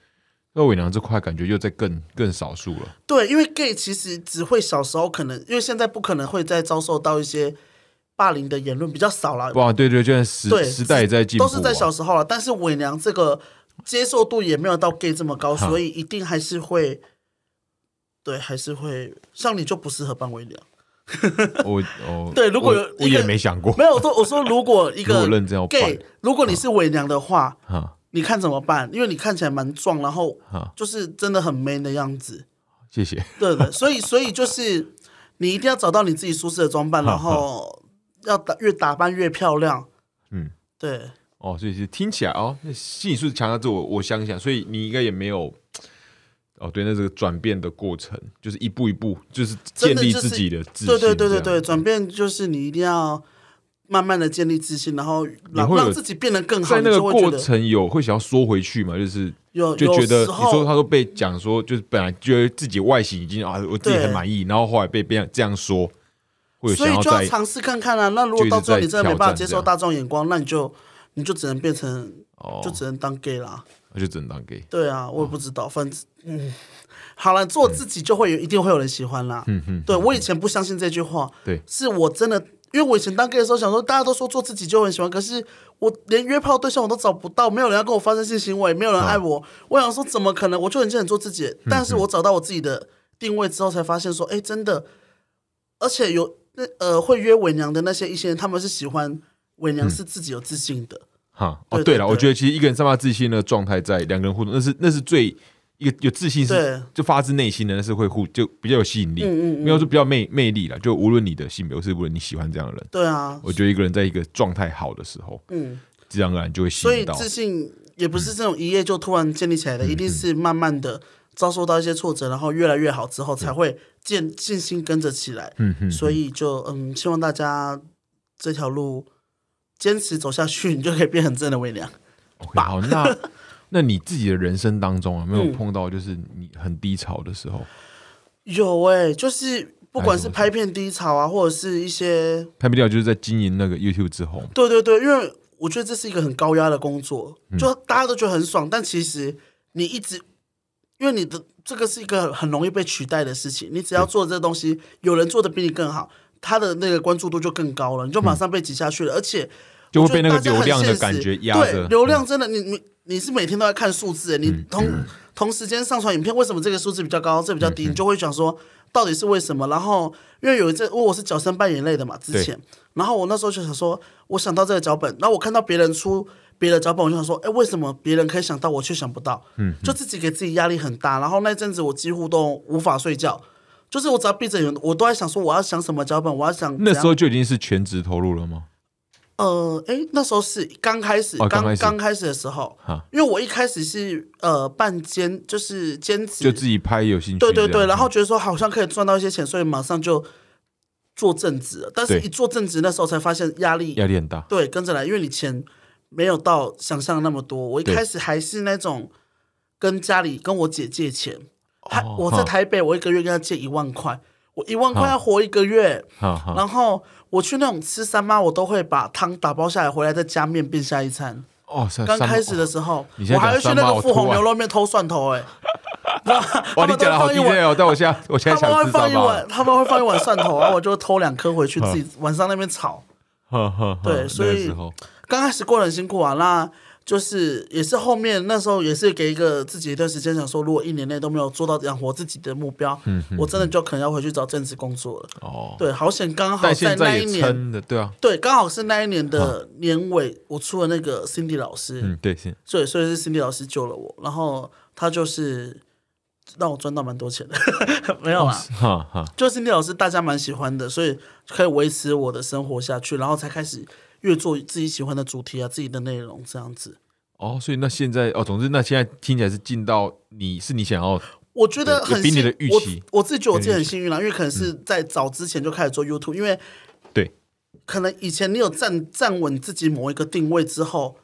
[SPEAKER 1] 那伪娘这块感觉又在更更少数了。
[SPEAKER 2] 对，因为 gay 其实只会小时候可能，因为现在不可能会再遭受到一些霸凌的言论，比较少啦。
[SPEAKER 1] 哇，对对，就在时
[SPEAKER 2] 对，
[SPEAKER 1] 时代也在进步、
[SPEAKER 2] 都
[SPEAKER 1] 啊，
[SPEAKER 2] 是在小时候了。但是伪娘这个接受度也没有到 gay 这么高，
[SPEAKER 1] 哈
[SPEAKER 2] 所以一定还是会，对，还是会像你就不适合扮伪娘。
[SPEAKER 1] 我哦，
[SPEAKER 2] 对如果有
[SPEAKER 1] 我
[SPEAKER 2] 一个
[SPEAKER 1] 我也没想过，
[SPEAKER 2] 没有，我说我说如果一
[SPEAKER 1] 如
[SPEAKER 2] 个
[SPEAKER 1] 果认真要扮
[SPEAKER 2] gay，如果你是伪娘的话，
[SPEAKER 1] 哈
[SPEAKER 2] 你看怎么办？因为你看起来蛮壮，然后
[SPEAKER 1] 哈，
[SPEAKER 2] 就是真的很 man 的样子。
[SPEAKER 1] 谢谢。
[SPEAKER 2] 对 的，所以所以就是你一定要找到你自己舒适的装扮，
[SPEAKER 1] 好
[SPEAKER 2] 然后要打越打扮越漂亮。
[SPEAKER 1] 嗯，
[SPEAKER 2] 对，
[SPEAKER 1] 哦，所以是听起来哦，那心理素质强大自我，我想想，所以你应该也没有。哦，对，那这个转变的过程就是一步一步，就是建
[SPEAKER 2] 真的
[SPEAKER 1] 立
[SPEAKER 2] 就是
[SPEAKER 1] 自己的自信。
[SPEAKER 2] 对对对对
[SPEAKER 1] 这样
[SPEAKER 2] 对，转变就是你一定要慢慢的建立自信，然后让
[SPEAKER 1] 会有
[SPEAKER 2] 让自己变得更好，
[SPEAKER 1] 在
[SPEAKER 2] 你
[SPEAKER 1] 那个
[SPEAKER 2] 就会觉
[SPEAKER 1] 过
[SPEAKER 2] 得
[SPEAKER 1] 程有会想要缩回去嘛？就是
[SPEAKER 2] 有
[SPEAKER 1] 就
[SPEAKER 2] 有
[SPEAKER 1] 觉得
[SPEAKER 2] 时
[SPEAKER 1] 你说
[SPEAKER 2] 候
[SPEAKER 1] 他说被讲说，就是本来觉得自己外形已经啊，我自己
[SPEAKER 2] 对
[SPEAKER 1] 很满意，然后后来被别人这样说，会有
[SPEAKER 2] 所
[SPEAKER 1] 想
[SPEAKER 2] 以就要
[SPEAKER 1] 再
[SPEAKER 2] 尝试看看啊。那如果到最后
[SPEAKER 1] 就一
[SPEAKER 2] 你
[SPEAKER 1] 直在
[SPEAKER 2] 真的没
[SPEAKER 1] 挑
[SPEAKER 2] 办法
[SPEAKER 1] 战
[SPEAKER 2] 接
[SPEAKER 1] 这
[SPEAKER 2] 受
[SPEAKER 1] 样
[SPEAKER 2] 大众眼光，那你就你就只能变成
[SPEAKER 1] 哦，
[SPEAKER 2] 就只能当 gay 啦。
[SPEAKER 1] 那就只能当 gay。
[SPEAKER 2] 对啊，我也不知道，反正嗯，好了，做自己就会有一定会有人喜欢啦。
[SPEAKER 1] 嗯哼，
[SPEAKER 2] 对我以前不相信这句话，
[SPEAKER 1] 对，
[SPEAKER 2] 是我真的，因为我以前当 gay 的时候想说，大家都说做自己就很喜欢，可是我连约炮对象我都找不到，没有人要跟我发生性行为，没有人爱我。
[SPEAKER 1] 嗯
[SPEAKER 2] 我想说，怎么可能？我就很很做自己，但是我找到我自己的定位之后，才发现说，哎、真的，而且有那呃会约伪娘的那些一些人，他们是喜欢伪
[SPEAKER 1] 嗯
[SPEAKER 2] 娘是自己有自信的，
[SPEAKER 1] 哈，哦，
[SPEAKER 2] 对
[SPEAKER 1] 对
[SPEAKER 2] 对
[SPEAKER 1] 了，
[SPEAKER 2] 对
[SPEAKER 1] 我觉得其实一个人散发自信的状态，在两个人互动，那是那是最一个有自信是
[SPEAKER 2] 对
[SPEAKER 1] 就发自内心的，那是会互就比较有吸引力，
[SPEAKER 2] 嗯嗯嗯
[SPEAKER 1] 应该说比较魅魅力了。就无论你的性别，或是无论你喜欢这样的人，
[SPEAKER 2] 对啊，
[SPEAKER 1] 我觉得一个人在一个状态好的时候，
[SPEAKER 2] 嗯，
[SPEAKER 1] 自然而然就会吸
[SPEAKER 2] 所以
[SPEAKER 1] 引到。嗯
[SPEAKER 2] 自信也不是这种一夜就突然建立起来的，一定是慢慢的遭受到一些挫折，然后越来越好之后，才会建信心跟着起来。
[SPEAKER 1] 嗯哼，
[SPEAKER 2] 所以就嗯，希望大家这条路坚持走下去，你就可以变很正的微
[SPEAKER 1] 哎
[SPEAKER 2] 凉。
[SPEAKER 1] OK，好， 那那你自己的人生当中啊，没有
[SPEAKER 2] 嗯
[SPEAKER 1] 碰到就是你很低潮的时候，
[SPEAKER 2] 有哎、就是不管
[SPEAKER 1] 哎
[SPEAKER 2] 是
[SPEAKER 1] 怎么说
[SPEAKER 2] 拍片低潮啊，或者是一些
[SPEAKER 1] 拍不掉就是在经营那个 YouTube 之后，
[SPEAKER 2] 对对对，因为我觉得这是一个很高压的工作，
[SPEAKER 1] 嗯
[SPEAKER 2] 就大家都觉得很爽，但其实你一直，因为你的这个是一个很容易被取代的事情，你只要做这东西，有人做的比你更好，他的那个关注度就更高了，你就马上被挤下去了，而且
[SPEAKER 1] 嗯就
[SPEAKER 2] 我
[SPEAKER 1] 会被
[SPEAKER 2] 觉得
[SPEAKER 1] 那个
[SPEAKER 2] 大家
[SPEAKER 1] 流
[SPEAKER 2] 很
[SPEAKER 1] 量的
[SPEAKER 2] 现实
[SPEAKER 1] 感觉压
[SPEAKER 2] 对
[SPEAKER 1] 着，
[SPEAKER 2] 流量真的，你你你是每天都在看数字，
[SPEAKER 1] 嗯
[SPEAKER 2] 你同、同时间上传影片，为什么这个数字比较高，这比较
[SPEAKER 1] 嗯
[SPEAKER 2] 低？你就会想说到底是为什么？然后因为有一阵，因为我是角声扮演类的嘛，之前，然后我那时候就想说，我想到这个脚本，然后我看到别人出。别的脚本，我就想说，哎、为什么别人可以想到，我却想不到？嗯，就自己给自己压力很大。然后那阵子我几乎都无法睡觉，就是我只要闭着眼，我都在想说我要想什么脚本，我要想
[SPEAKER 1] 那
[SPEAKER 2] 怎样
[SPEAKER 1] 时候就已经是全职投入了吗？
[SPEAKER 2] 呃，哎，那时候是刚开始，
[SPEAKER 1] 哦刚开
[SPEAKER 2] 刚
[SPEAKER 1] 始
[SPEAKER 2] 刚开始的时候
[SPEAKER 1] 哈，
[SPEAKER 2] 因为我一开始是呃半兼，就是兼职，
[SPEAKER 1] 就自己拍有兴趣这
[SPEAKER 2] 对
[SPEAKER 1] 样，嗯
[SPEAKER 2] 对对，然后觉得说好像可以赚到一些钱，所以马上就做正职了。但是
[SPEAKER 1] 对
[SPEAKER 2] 一做正职，那时候才发现压力，
[SPEAKER 1] 压力很大，
[SPEAKER 2] 对，跟着来，因为你钱没有到想象的那么多。我一
[SPEAKER 1] 对
[SPEAKER 2] 开始还是那种跟家里跟我姐借钱，她
[SPEAKER 1] 哦
[SPEAKER 2] 我
[SPEAKER 1] 哈
[SPEAKER 2] 在台北，我一个月跟她借一万块，我一万块要活一个月。
[SPEAKER 1] 哈哈，
[SPEAKER 2] 然后我去那种吃三妈，我都会把汤打包下来，回来再加面变下一餐。
[SPEAKER 1] 哦，是
[SPEAKER 2] 刚
[SPEAKER 1] 三
[SPEAKER 2] 开始的时候
[SPEAKER 1] 你，现
[SPEAKER 2] 我
[SPEAKER 1] 在
[SPEAKER 2] 还
[SPEAKER 1] 讲
[SPEAKER 2] 会去
[SPEAKER 1] 三
[SPEAKER 2] 那
[SPEAKER 1] 妈
[SPEAKER 2] 个
[SPEAKER 1] 我
[SPEAKER 2] 富
[SPEAKER 1] 突
[SPEAKER 2] 红
[SPEAKER 1] 然
[SPEAKER 2] 牛肉面偷蒜头、欸，哎，
[SPEAKER 1] 哇，你讲的好
[SPEAKER 2] 他们都会
[SPEAKER 1] DJ
[SPEAKER 2] 放一 碗
[SPEAKER 1] 哦，但我现在我现在
[SPEAKER 2] 他
[SPEAKER 1] 想
[SPEAKER 2] 们会
[SPEAKER 1] 吃沙
[SPEAKER 2] 放一
[SPEAKER 1] 包
[SPEAKER 2] 碗
[SPEAKER 1] 了，，
[SPEAKER 2] 他们会放一碗蒜头，然后我就偷两颗回去自 己晚上那边炒。
[SPEAKER 1] 哈哈哈
[SPEAKER 2] 对
[SPEAKER 1] 那个
[SPEAKER 2] 所以
[SPEAKER 1] 时候
[SPEAKER 2] 刚开始过得很辛苦啊，那就是也是后面那时候也是给一个自己一段时间，想说如果一年内都没有做到养活自己的目标，我真的就可能要回去找正职工作了。
[SPEAKER 1] 哦，
[SPEAKER 2] 对，好险刚好
[SPEAKER 1] 嗯但
[SPEAKER 2] 在
[SPEAKER 1] 现
[SPEAKER 2] 那
[SPEAKER 1] 在
[SPEAKER 2] 一
[SPEAKER 1] 也
[SPEAKER 2] 年
[SPEAKER 1] 撑的，对啊，
[SPEAKER 2] 对，刚好是那一年的年尾，我出了那个 Cindy 老师，
[SPEAKER 1] 嗯，对，是
[SPEAKER 2] 所以所以是 Cindy 老师救了我，然后他就是让我赚到蛮多钱的， 没有啦，
[SPEAKER 1] 哈哈，
[SPEAKER 2] 就 Cindy 老师大家蛮喜欢的，所以可以维持我的生活下去，然后才开始越做自己喜欢的主题啊，自己的内容这样子。
[SPEAKER 1] 哦，所以那现在哦，总之那现在听起来是进到你是你想要
[SPEAKER 2] 我觉得
[SPEAKER 1] 对
[SPEAKER 2] 很
[SPEAKER 1] 也比你
[SPEAKER 2] 幸
[SPEAKER 1] 的预期
[SPEAKER 2] 我我自己觉得我自己很幸运啦，因为可能
[SPEAKER 1] 嗯
[SPEAKER 2] 是在早之前就开始做 YouTube，因为
[SPEAKER 1] 对
[SPEAKER 2] 可能以前你有站站稳自己某一个定位之后，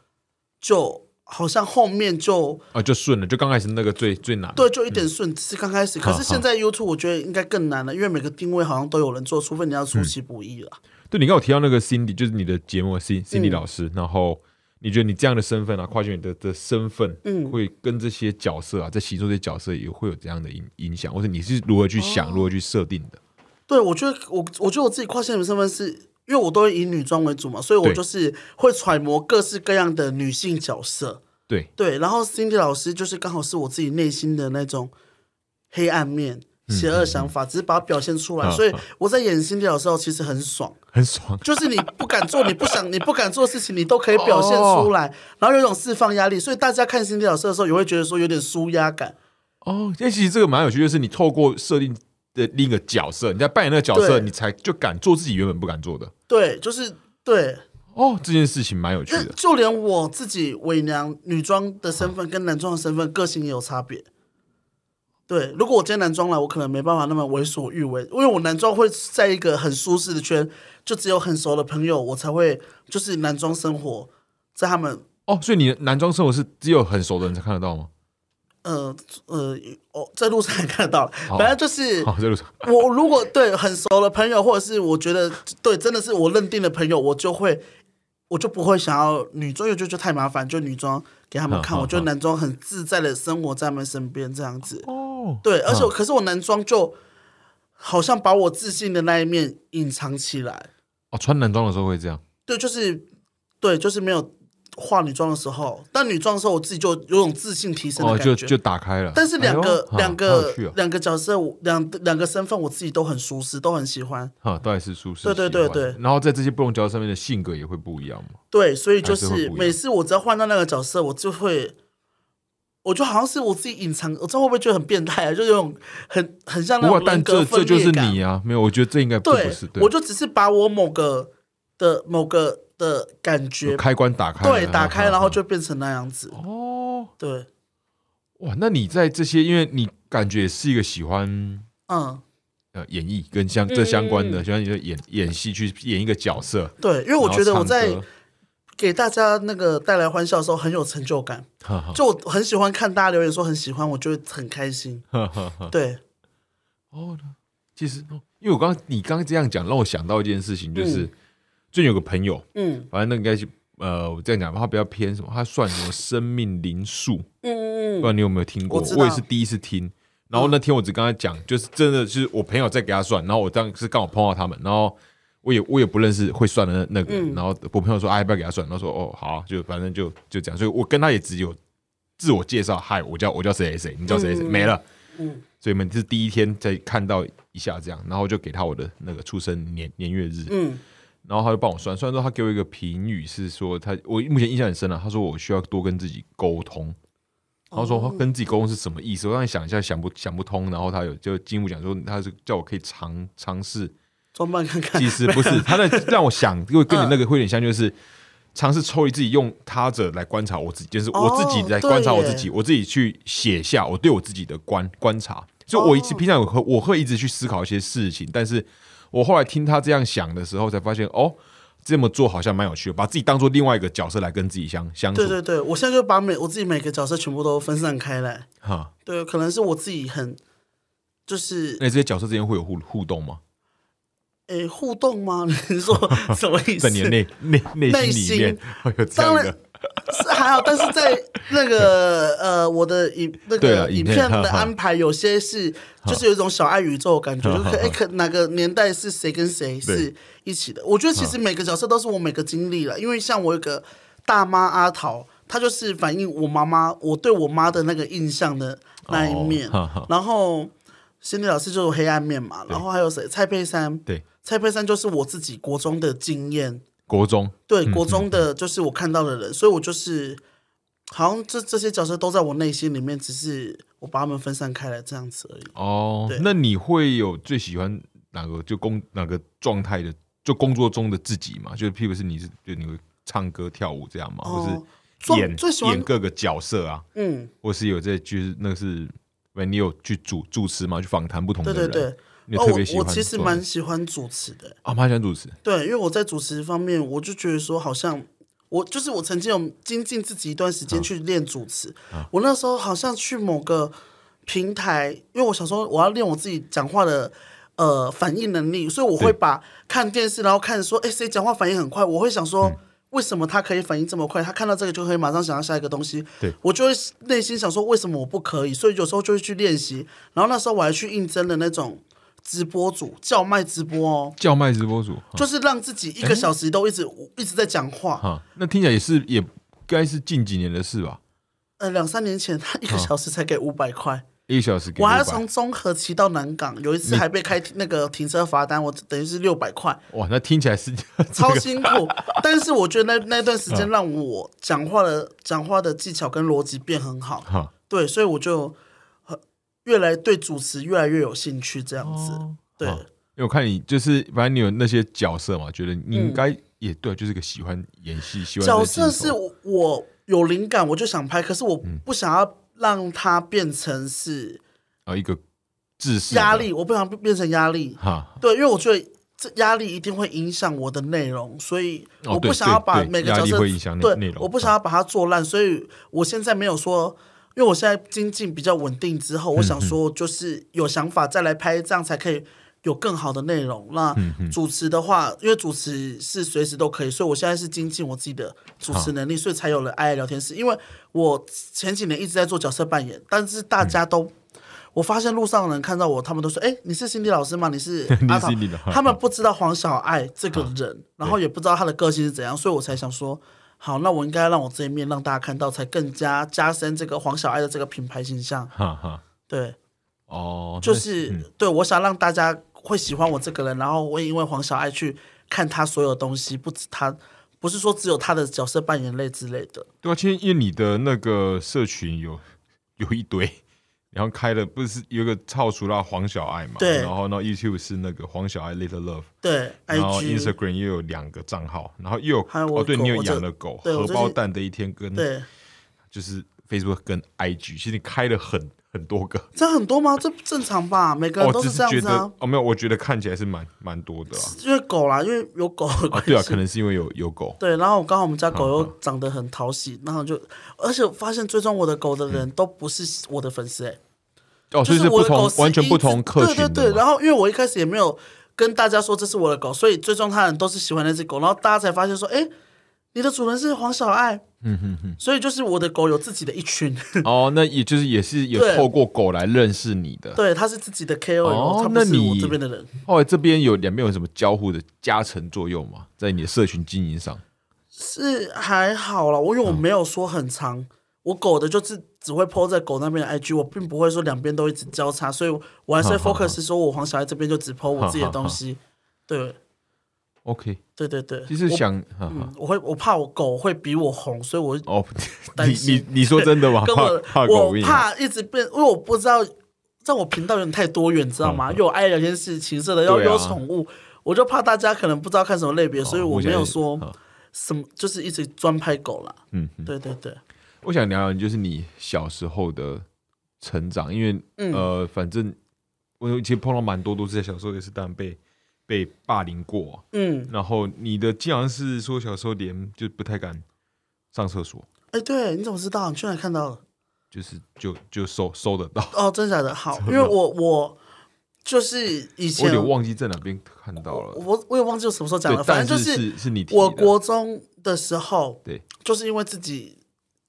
[SPEAKER 2] 就好像后面就
[SPEAKER 1] 啊，就顺了，就刚开始那个最最难。
[SPEAKER 2] 对，就一点顺是刚开始，可
[SPEAKER 1] 好
[SPEAKER 2] 是现在 YouTube 我觉得应该更难了，因为每个定位好像都有人做，除非你要出其不意了。
[SPEAKER 1] 对，你刚刚有提到那个 Cindy，就是你的节目
[SPEAKER 2] 嗯
[SPEAKER 1] Cin Cindy 老师，然后你觉得你这样的身份啊，跨界你的的身份，嗯，会跟这些角色啊，在习作这些角色也会有这样的影影响，或者你是如何去想，如何去设定的？
[SPEAKER 2] 对，我觉得我我觉得我自己跨性别身份是因为我都会以女装为主嘛，所以我
[SPEAKER 1] 对
[SPEAKER 2] 就是会揣摩各式各样的女性角色。
[SPEAKER 1] 对，
[SPEAKER 2] 对，然后 Cindy 老师就是刚好是我自己内心的那种黑暗面、邪
[SPEAKER 1] 嗯
[SPEAKER 2] 恶想法，只是把它表现出来。
[SPEAKER 1] 啊
[SPEAKER 2] 所以
[SPEAKER 1] 啊
[SPEAKER 2] 我在演 Cindy 老师的时候，其实很爽，
[SPEAKER 1] 很爽。
[SPEAKER 2] 就是你不敢做、你不想、你不敢做的事情，你都可以表现出来，然后有一种释放压力。所以大家看 Cindy 老师的时候，也会觉得说有点舒压感。
[SPEAKER 1] 哦，哎，其实这个蛮有趣，就是你透过设定的另一个角色，你在扮演那个角色，
[SPEAKER 2] 对
[SPEAKER 1] 你才就敢做自己原本不敢做的。
[SPEAKER 2] 对，就是对。
[SPEAKER 1] 哦，这件事情蛮有趣
[SPEAKER 2] 就
[SPEAKER 1] 的。
[SPEAKER 2] 就连我自己伪娘女装的身份跟男装的身份个性也有差别。对，如果我今天男装来，我可能没办法那么为所欲为，因为我男装会在一个很舒适的圈，就只有很熟的朋友，我才会就是男装生活，在他们
[SPEAKER 1] 哦，所以你的男装生活是只有很熟的人才看得到吗？
[SPEAKER 2] 呃呃哦，在路上也看得到了，
[SPEAKER 1] 好
[SPEAKER 2] 反正就是
[SPEAKER 1] 好，哦在路上。
[SPEAKER 2] 我如果对很熟的朋友，或者是我觉得对真的是我认定的朋友，我就会我就不会想要女装，因为就就太麻烦，就女装给他们看，
[SPEAKER 1] 嗯嗯
[SPEAKER 2] 我觉
[SPEAKER 1] 嗯
[SPEAKER 2] 得男装很自在的生活在他们身边这样子。
[SPEAKER 1] 哦，
[SPEAKER 2] 对，而且我可是我男装就好像把我自信的那一面隐藏起来，
[SPEAKER 1] 哦，穿男装的时候会这样。
[SPEAKER 2] 对，就是对，就是没有化女装的时候，但女装的时候我自己就有种自信提升的
[SPEAKER 1] 哦，
[SPEAKER 2] 感
[SPEAKER 1] 就
[SPEAKER 2] 觉。
[SPEAKER 1] 就打开了。
[SPEAKER 2] 但是两个、
[SPEAKER 1] 哎呦啊
[SPEAKER 2] 两
[SPEAKER 1] 好
[SPEAKER 2] 个
[SPEAKER 1] 有趣哦
[SPEAKER 2] 两个角色，我两两个身份，我自己都很舒适，都很喜欢。
[SPEAKER 1] 哈，都还啊是舒适。
[SPEAKER 2] 对对对
[SPEAKER 1] 喜欢
[SPEAKER 2] 对
[SPEAKER 1] 然后在这些不同角色上面的性格也会不一样嘛。
[SPEAKER 2] 对，所以就
[SPEAKER 1] 还是会不一
[SPEAKER 2] 是
[SPEAKER 1] 样
[SPEAKER 2] 每次我只要换到那个角色，我就会，我就好像是我自己隐藏，我这会不会觉得很变态啊？就有种很很像
[SPEAKER 1] 不
[SPEAKER 2] 那
[SPEAKER 1] 过，
[SPEAKER 2] 种
[SPEAKER 1] 但
[SPEAKER 2] 人
[SPEAKER 1] 这
[SPEAKER 2] 格
[SPEAKER 1] 这
[SPEAKER 2] 分
[SPEAKER 1] 就是
[SPEAKER 2] 裂感。
[SPEAKER 1] 你啊，没有，我觉得这应该不
[SPEAKER 2] 对
[SPEAKER 1] 不是，
[SPEAKER 2] 我就只是把我某个的某个的感觉，
[SPEAKER 1] 开关打开了，
[SPEAKER 2] 对，打开，
[SPEAKER 1] 哈
[SPEAKER 2] 然后就变成那样子。
[SPEAKER 1] 哦，
[SPEAKER 2] 对，
[SPEAKER 1] 哇，那你在这些，因为你感觉也是一个喜欢
[SPEAKER 2] 嗯，
[SPEAKER 1] 呃演绎跟相这相关的，喜欢你的演演戏去演一个角色。
[SPEAKER 2] 对，因为我
[SPEAKER 1] 然后
[SPEAKER 2] 觉得我
[SPEAKER 1] 唱
[SPEAKER 2] 在
[SPEAKER 1] 歌
[SPEAKER 2] 给大家那个带来欢笑的时候很有成就感，
[SPEAKER 1] 哈哈
[SPEAKER 2] 就我很喜欢看大家留言说很喜欢，我就会很开心。
[SPEAKER 1] 哈哈哈
[SPEAKER 2] 对，
[SPEAKER 1] 哦，其实哦因为我刚刚你刚刚这样讲，让我想到一件事情，就是最近有个朋友，
[SPEAKER 2] 嗯
[SPEAKER 1] 反正那个应该是呃，我这样讲，他比较偏什么，他算什么生命灵数。
[SPEAKER 2] 嗯嗯
[SPEAKER 1] 不知
[SPEAKER 2] 嗯，
[SPEAKER 1] 道你有没有听过，
[SPEAKER 2] 我知
[SPEAKER 1] 我
[SPEAKER 2] 道
[SPEAKER 1] 也是第一次听。然后那天我只跟他讲，就是真的是我朋友在给他算，然后我当时刚好碰到他们，然后我也我也不认识会算的那那个人，
[SPEAKER 2] 嗯
[SPEAKER 1] 然后我朋友说啊要不要给他算，然后说哦好啊、就反正就就这样，所以我跟他也只有自我介绍，嗨，我叫我叫谁谁谁，你叫谁谁谁，没了。
[SPEAKER 2] 嗯
[SPEAKER 1] 所以我们是第一天才看到一下这样，然后我就给他我的那个出生年年月日，
[SPEAKER 2] 嗯
[SPEAKER 1] 然后他就帮我算，算之后他给我一个评语是说他，我目前印象很深了、啊他说我需要多跟自己沟通，然后说
[SPEAKER 2] 哦
[SPEAKER 1] 他跟自己沟通是什么意思？我让你想一下，想不想不通。然后他有就进一步讲说，他是叫我可以尝尝 试，
[SPEAKER 2] 装扮看看。
[SPEAKER 1] 其实不是他在让我想，因为跟你那个会有点像，就是尝试抽离自己，用他者来观察我自己，就是我自己
[SPEAKER 2] 哦
[SPEAKER 1] 来观察我自己，我自己去写下我对我自己的观观察。所以，
[SPEAKER 2] 哦
[SPEAKER 1] 我一直平常我会我会一直去思考一些事情，但是我后来听他这样想的时候，才发现哦，这么做好像蛮有趣的，把自己当做另外一个角色来跟自己相相处
[SPEAKER 2] 对。对对，我现在就把每我自己每个角色全部都分散开来。
[SPEAKER 1] 哈，
[SPEAKER 2] 对，可能是我自己很就是
[SPEAKER 1] 那这些角色之间会有互互动吗？
[SPEAKER 2] 诶互动吗？ 你是说什么意思？
[SPEAKER 1] 在 你的内内内
[SPEAKER 2] 内
[SPEAKER 1] 心里
[SPEAKER 2] 心
[SPEAKER 1] 面 会有这样
[SPEAKER 2] 当然
[SPEAKER 1] 的
[SPEAKER 2] 是还好，但是在那个 呃我的影那
[SPEAKER 1] 对了
[SPEAKER 2] 个
[SPEAKER 1] 影
[SPEAKER 2] 影
[SPEAKER 1] 片
[SPEAKER 2] 片
[SPEAKER 1] 哈
[SPEAKER 2] 的
[SPEAKER 1] 哈
[SPEAKER 2] 安排，有些 是就是有一种小爱宇宙的感觉，
[SPEAKER 1] 哈
[SPEAKER 2] 就
[SPEAKER 1] 哈
[SPEAKER 2] 是
[SPEAKER 1] 哈
[SPEAKER 2] 哎可哪个年代是谁跟谁
[SPEAKER 1] 对
[SPEAKER 2] 是一起的。我觉得其实每个角色都是我每个经历了，因为像我有个大妈阿桃。她就是反映我妈妈，我对我妈的那个印象的那一面。
[SPEAKER 1] 哦哈哈
[SPEAKER 2] 然后心理老师就是黑暗面嘛，然后还有谁？蔡佩珊，
[SPEAKER 1] 对
[SPEAKER 2] 蔡佩珊就是我自己国中的经验，
[SPEAKER 1] 国中
[SPEAKER 2] 对国
[SPEAKER 1] 嗯
[SPEAKER 2] 中的就是我看到的人，所以我就是好像这这些角色都在我内心里面，只是我把他们分散开来这样子而已。
[SPEAKER 1] 哦
[SPEAKER 2] 对。
[SPEAKER 1] 那你会有最喜欢哪个就工哪个状态的就工作中的自己吗？就是譬如是你是就你会唱歌跳舞这样吗？
[SPEAKER 2] 哦
[SPEAKER 1] 或是
[SPEAKER 2] 状
[SPEAKER 1] 演
[SPEAKER 2] 最喜欢
[SPEAKER 1] 演各个角色啊，
[SPEAKER 2] 嗯，
[SPEAKER 1] 或是有在就是那个是。喂，你有去主主持吗？去访谈不同的
[SPEAKER 2] 对
[SPEAKER 1] 人，
[SPEAKER 2] 对对。
[SPEAKER 1] 你有
[SPEAKER 2] 哦，
[SPEAKER 1] 特别喜
[SPEAKER 2] 我
[SPEAKER 1] 欢做的？
[SPEAKER 2] 我其实蛮喜欢主持的，
[SPEAKER 1] 啊，蛮喜欢主持
[SPEAKER 2] 对，因为我在主持方面，我就觉得说好像我就是我曾经有精进自己一段时间去练主持，我那时候好像去某个平台，因为我想说我要练我自己讲话的呃反应能力，所以我会把看电视，然后看说哎谁讲话反应很快，我会想说。为什么他可以反应这么快？他看到这个就可以马上想到下一个东西。
[SPEAKER 1] 对
[SPEAKER 2] 我就会内心想说，为什么我不可以？所以有时候就会去练习。然后那时候我还去应征了那种直播组叫卖直播哦，
[SPEAKER 1] 叫卖直播主，
[SPEAKER 2] 就是让自己一个小时都一直、一直在讲话。
[SPEAKER 1] 哈，那听起来也是也该是近几年的事吧？
[SPEAKER 2] 呃，两三年前他一个小时才给五百块，
[SPEAKER 1] 一个小哦时给
[SPEAKER 2] 我还要
[SPEAKER 1] 500
[SPEAKER 2] 从综合骑到南港，有一次还被开那个停车罚单，我等于是六百块，
[SPEAKER 1] 哇，那听起来是
[SPEAKER 2] 超辛苦。但是我觉得那那段时
[SPEAKER 1] 哦
[SPEAKER 2] 间让我讲话的讲话的技巧跟逻辑变很好，
[SPEAKER 1] 哈，
[SPEAKER 2] 对，所以我就呃越来对主持越来越有兴趣，这样子。对，
[SPEAKER 1] 哦因为我看你就是反正你有那些角色嘛，觉得你应该也对，就是个喜欢演戏，喜欢
[SPEAKER 2] 角
[SPEAKER 1] 在镜
[SPEAKER 2] 色是
[SPEAKER 1] 头
[SPEAKER 2] 我我有灵感我就想拍，可是我
[SPEAKER 1] 嗯
[SPEAKER 2] 不想要让它变成是
[SPEAKER 1] 呃一个自私
[SPEAKER 2] 压力，我不想变成压力。
[SPEAKER 1] 哈，
[SPEAKER 2] 对，因为我觉得这压力一定会影响我的内容，所以
[SPEAKER 1] 哦
[SPEAKER 2] 我
[SPEAKER 1] 对
[SPEAKER 2] 不想要
[SPEAKER 1] 对
[SPEAKER 2] 把
[SPEAKER 1] 对
[SPEAKER 2] 每个
[SPEAKER 1] 压
[SPEAKER 2] 角
[SPEAKER 1] 力
[SPEAKER 2] 色
[SPEAKER 1] 会影响内
[SPEAKER 2] 对
[SPEAKER 1] 内容
[SPEAKER 2] 我不想要把它做烂，所以我现在没有说。因为我现在经济比较稳定之后，我想说就是有想法再来拍，这样才可以有更好的内容。那
[SPEAKER 1] 嗯
[SPEAKER 2] 主持的话，因为主持是随时都可以，所以我现在是精进我自己的主持能力，所以才有了爱爱聊天室。因为我前几年一直在做角色扮演，但是
[SPEAKER 1] 嗯
[SPEAKER 2] 大家都我发现路上的人看到我，他们都说：“哎、你是心理老师吗？你 是阿唐
[SPEAKER 1] Cindy 老？”师
[SPEAKER 2] 他们不知道黄小爱这个人，然后也不知道他的个性是怎样，所以我才想说，好，那我应该让我这一面让大家看到，才更加加深这个黄小爱的这个品牌形象。
[SPEAKER 1] 哈哈，
[SPEAKER 2] 对，
[SPEAKER 1] 哦，
[SPEAKER 2] 就
[SPEAKER 1] 那
[SPEAKER 2] 是、对我想让大家会喜欢我这个人，然后会因为黄小爱去看他所有东西，不止他，不是说只有他的角色扮演类之类的。
[SPEAKER 1] 对啊，其实因为你的那个社群有 有一堆，然后开了不是有一个超熟啦黄小爱嘛，
[SPEAKER 2] 对
[SPEAKER 1] 然后呢 YouTube 是那个黄小爱 Little Love，
[SPEAKER 2] 对
[SPEAKER 1] 然后
[SPEAKER 2] ，IG，
[SPEAKER 1] Instagram 又有两个账号，然后又有
[SPEAKER 2] 还有我
[SPEAKER 1] 哦，对
[SPEAKER 2] 狗
[SPEAKER 1] 你有
[SPEAKER 2] 我
[SPEAKER 1] 养
[SPEAKER 2] 这
[SPEAKER 1] 了狗，
[SPEAKER 2] 对我
[SPEAKER 1] 荷
[SPEAKER 2] 这
[SPEAKER 1] 包
[SPEAKER 2] 是
[SPEAKER 1] 蛋的一天跟
[SPEAKER 2] 对，
[SPEAKER 1] 就是 Facebook 跟 IG，其实你开了很很多个，
[SPEAKER 2] 这样很多吗？这不正常吧？每个人
[SPEAKER 1] 我
[SPEAKER 2] 都
[SPEAKER 1] 只
[SPEAKER 2] 是
[SPEAKER 1] 是
[SPEAKER 2] 这样
[SPEAKER 1] 觉
[SPEAKER 2] 子啊。
[SPEAKER 1] 得哦没有，我觉得看起来是蛮蛮多的啊，
[SPEAKER 2] 因为狗啦，因为有狗的关系。
[SPEAKER 1] 对啊，可嗯能是因为有有狗，
[SPEAKER 2] 对然后刚好我们家狗又长得很讨喜，然后就，而且我发现追踪我的狗的人都不是我的粉丝、欸，
[SPEAKER 1] 哦，所
[SPEAKER 2] 就
[SPEAKER 1] 以
[SPEAKER 2] 是
[SPEAKER 1] 不
[SPEAKER 2] 我的
[SPEAKER 1] 同
[SPEAKER 2] 狗是
[SPEAKER 1] 完全
[SPEAKER 2] 一
[SPEAKER 1] 不
[SPEAKER 2] 只
[SPEAKER 1] 同客群
[SPEAKER 2] 对对
[SPEAKER 1] 的
[SPEAKER 2] 对，
[SPEAKER 1] 嘛，
[SPEAKER 2] 然后因为我一开始也没有跟大家说这是我的狗，所以追踪它的人都是喜欢那只狗，然后大家才发现说，哎、你的主人是黄小爱，
[SPEAKER 1] 嗯哼哼，
[SPEAKER 2] 所以就是我的狗有自己的一群，
[SPEAKER 1] 哦，那也就是也是有
[SPEAKER 2] 对
[SPEAKER 1] 透过狗来认识你的，
[SPEAKER 2] 对，它是自己的 KOL，、
[SPEAKER 1] 哦
[SPEAKER 2] 它不
[SPEAKER 1] 那
[SPEAKER 2] 是
[SPEAKER 1] 你
[SPEAKER 2] 我这边的人。
[SPEAKER 1] 后来这边有两边有什么交互的加成作用吗？在你的社群经营上，
[SPEAKER 2] 是还好啦，我因为我
[SPEAKER 1] 嗯
[SPEAKER 2] 没有说很长，我狗的就是只会 PO 在狗那边的 IG，我并不会说两边都一直交叉，所以我还是会
[SPEAKER 1] 好好
[SPEAKER 2] focus 说我黄小爱这边就只 PO 我自己的东西。对
[SPEAKER 1] OK，
[SPEAKER 2] 对对对，
[SPEAKER 1] 其实
[SPEAKER 2] 我
[SPEAKER 1] 想，哈哈
[SPEAKER 2] 嗯，我会我怕我狗会比我红，所以我
[SPEAKER 1] 哦，你
[SPEAKER 2] 担
[SPEAKER 1] 你
[SPEAKER 2] 心
[SPEAKER 1] 你说真的吗？
[SPEAKER 2] 跟我
[SPEAKER 1] 怕怕狗
[SPEAKER 2] 我
[SPEAKER 1] 命
[SPEAKER 2] 怕一直变，因为我不知道在我频道有点太多元，你知道吗？又有爱聊天室、情色的，又
[SPEAKER 1] 嗯对啊
[SPEAKER 2] 有宠物，我就怕大家可能不知道看什么类别，所以我
[SPEAKER 1] 哦目前
[SPEAKER 2] 没有说
[SPEAKER 1] 好
[SPEAKER 2] 什么，就是一直专拍狗啦。
[SPEAKER 1] 嗯，嗯
[SPEAKER 2] 对对对。
[SPEAKER 1] 我想聊聊就是你小时候的成长，因为、
[SPEAKER 2] 嗯
[SPEAKER 1] 呃，反正我其实碰到蛮多都是在小时候也是当然被被霸凌过，
[SPEAKER 2] 嗯，
[SPEAKER 1] 然后你的竟然是说小时候连就不太敢上厕所，
[SPEAKER 2] 哎、对，你怎么知道？你去哪里看到的？
[SPEAKER 1] 就是就就收收得到，
[SPEAKER 2] 哦，真的假的？好，因为我我就是
[SPEAKER 1] 我
[SPEAKER 2] 以
[SPEAKER 1] 有
[SPEAKER 2] 前
[SPEAKER 1] 点忘记在哪边看到了。
[SPEAKER 2] 我我也忘记我什么时候讲
[SPEAKER 1] 对，
[SPEAKER 2] 了，反
[SPEAKER 1] 但
[SPEAKER 2] 正就是
[SPEAKER 1] 是是你提
[SPEAKER 2] 我
[SPEAKER 1] 的
[SPEAKER 2] 国中的时候，
[SPEAKER 1] 对，
[SPEAKER 2] 就是因为自己，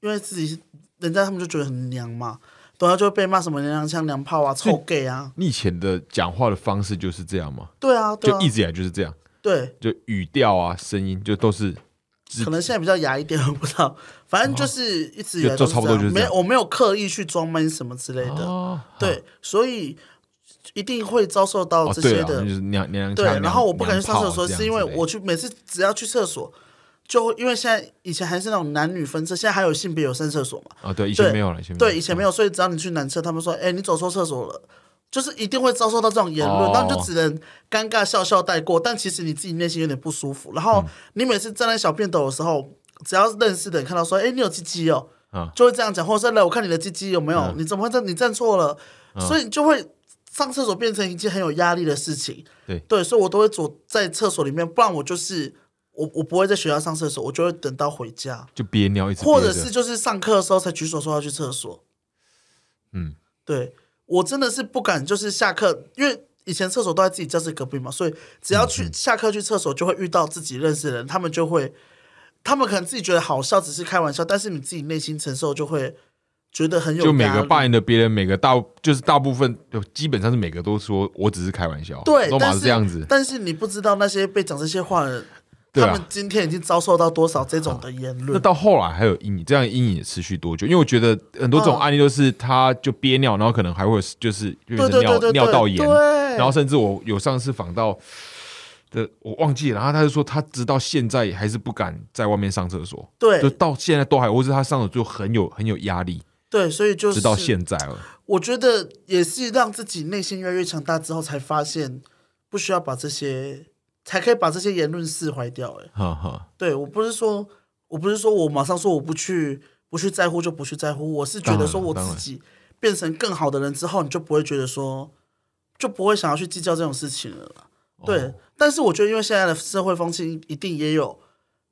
[SPEAKER 2] 因为自己，人家他们就觉得很娘嘛，然后就会被骂什么娘娘腔、娘炮啊、臭 gay 啊，
[SPEAKER 1] 你以前的讲话的方式就是这样吗？
[SPEAKER 2] 对啊，对
[SPEAKER 1] 就
[SPEAKER 2] 啊
[SPEAKER 1] 一，直以来就是这样，
[SPEAKER 2] 对，
[SPEAKER 1] 就语调啊、声音就都是直哦
[SPEAKER 2] 可能现在比较哑一点，我不知道，反正就是一直以来
[SPEAKER 1] 就
[SPEAKER 2] 都
[SPEAKER 1] 就差不多
[SPEAKER 2] 这
[SPEAKER 1] 就是这
[SPEAKER 2] 样没
[SPEAKER 1] 样
[SPEAKER 2] 有我没有刻意去装闷什么之类的，
[SPEAKER 1] 哦，
[SPEAKER 2] 对，所以一定会遭受到
[SPEAKER 1] 哦
[SPEAKER 2] 这
[SPEAKER 1] 对
[SPEAKER 2] 些
[SPEAKER 1] 啊，
[SPEAKER 2] 的。
[SPEAKER 1] 就是娘娘腔
[SPEAKER 2] 对，
[SPEAKER 1] 娘
[SPEAKER 2] 然后我不敢去
[SPEAKER 1] 娘
[SPEAKER 2] 上
[SPEAKER 1] 炮
[SPEAKER 2] 厕所，
[SPEAKER 1] 这样
[SPEAKER 2] 是因为
[SPEAKER 1] 之类的
[SPEAKER 2] 我去每次只要去厕所，就会因为现在以前还是那种男女分厕，现在还有性别有上厕所嘛？
[SPEAKER 1] 啊，对，以
[SPEAKER 2] 对
[SPEAKER 1] 前没有了，以嗯前没有
[SPEAKER 2] 对，以前没有，所以只要你去男厕，他们说：“哎，你走错厕所了。”就是一定会遭受到这种言
[SPEAKER 1] 哦
[SPEAKER 2] 论，那、你就只能尴尬笑笑带过。但其实你自己内心有点不舒服。然
[SPEAKER 1] 嗯
[SPEAKER 2] 后你每次站在小便斗的时候，只要认识的人看到说：“哎，你有鸡鸡哦。
[SPEAKER 1] 嗯
[SPEAKER 2] 就会这样讲，或者是来我看你的鸡鸡有没有？你怎么会站？你站错了，
[SPEAKER 1] 嗯
[SPEAKER 2] 所以你就会上厕所变成一件很有压力的事情。
[SPEAKER 1] 对
[SPEAKER 2] 对，所以我都会躲在厕所里面，不然我就是我我不会在学校上厕所，我就会等到回家，
[SPEAKER 1] 就憋尿一直憋着，
[SPEAKER 2] 或者是就是上课的时候才举手说要去厕所。
[SPEAKER 1] 嗯，
[SPEAKER 2] 对我真的是不敢，就是下课，因为以前厕所都在自己教室隔壁嘛，所以只要
[SPEAKER 1] 嗯
[SPEAKER 2] 去、下课去厕所，就会遇到自己认识的人，他们就会，他们可能自己觉得好笑，只是开玩笑，但是你自己内心承受就会觉得很有
[SPEAKER 1] 就每
[SPEAKER 2] 压
[SPEAKER 1] 个
[SPEAKER 2] 力
[SPEAKER 1] 扮演的别人，每个大就是大部分，就基本上是每个都说我只是开玩笑，
[SPEAKER 2] 对，
[SPEAKER 1] 都
[SPEAKER 2] 但
[SPEAKER 1] 嘛
[SPEAKER 2] 是
[SPEAKER 1] 这样子，
[SPEAKER 2] 但是你不知道那些被讲这些话的人，
[SPEAKER 1] 对啊
[SPEAKER 2] 他们今天已经遭受到多少这种的言
[SPEAKER 1] 那
[SPEAKER 2] 论。
[SPEAKER 1] 到后来还有阴影，这样的阴影也持续多久？因为我觉得很多这种案例都是他就憋尿，然后可能还会有就是变
[SPEAKER 2] 嗯
[SPEAKER 1] 成
[SPEAKER 2] 对对对
[SPEAKER 1] 尿
[SPEAKER 2] 对对，
[SPEAKER 1] 尿道炎，
[SPEAKER 2] 对
[SPEAKER 1] 然后甚至我有上次访到的我忘记了，然后他就说他直到现在还是不敢在外面上厕所，就
[SPEAKER 2] 对
[SPEAKER 1] 到现在都还，或是他上厕所就很有很有压力，
[SPEAKER 2] 对，所以就是
[SPEAKER 1] 直到现在了。
[SPEAKER 2] 我觉得也是让自己内心越来越强大之后，才发现不需要把这些，才可以把这些言论释怀掉、欸。
[SPEAKER 1] 哈哈，
[SPEAKER 2] 对我不是说，我不是说我马上说我不去不去在乎就不去在乎，我是觉
[SPEAKER 1] 当
[SPEAKER 2] 得
[SPEAKER 1] 然
[SPEAKER 2] 说我
[SPEAKER 1] 当
[SPEAKER 2] 自
[SPEAKER 1] 然
[SPEAKER 2] 己变成更好的人之后，你就不会觉得说，就不会想要去计较这种事情了啦。
[SPEAKER 1] 哦
[SPEAKER 2] 对，但是我觉得因为现在的社会风气一定也有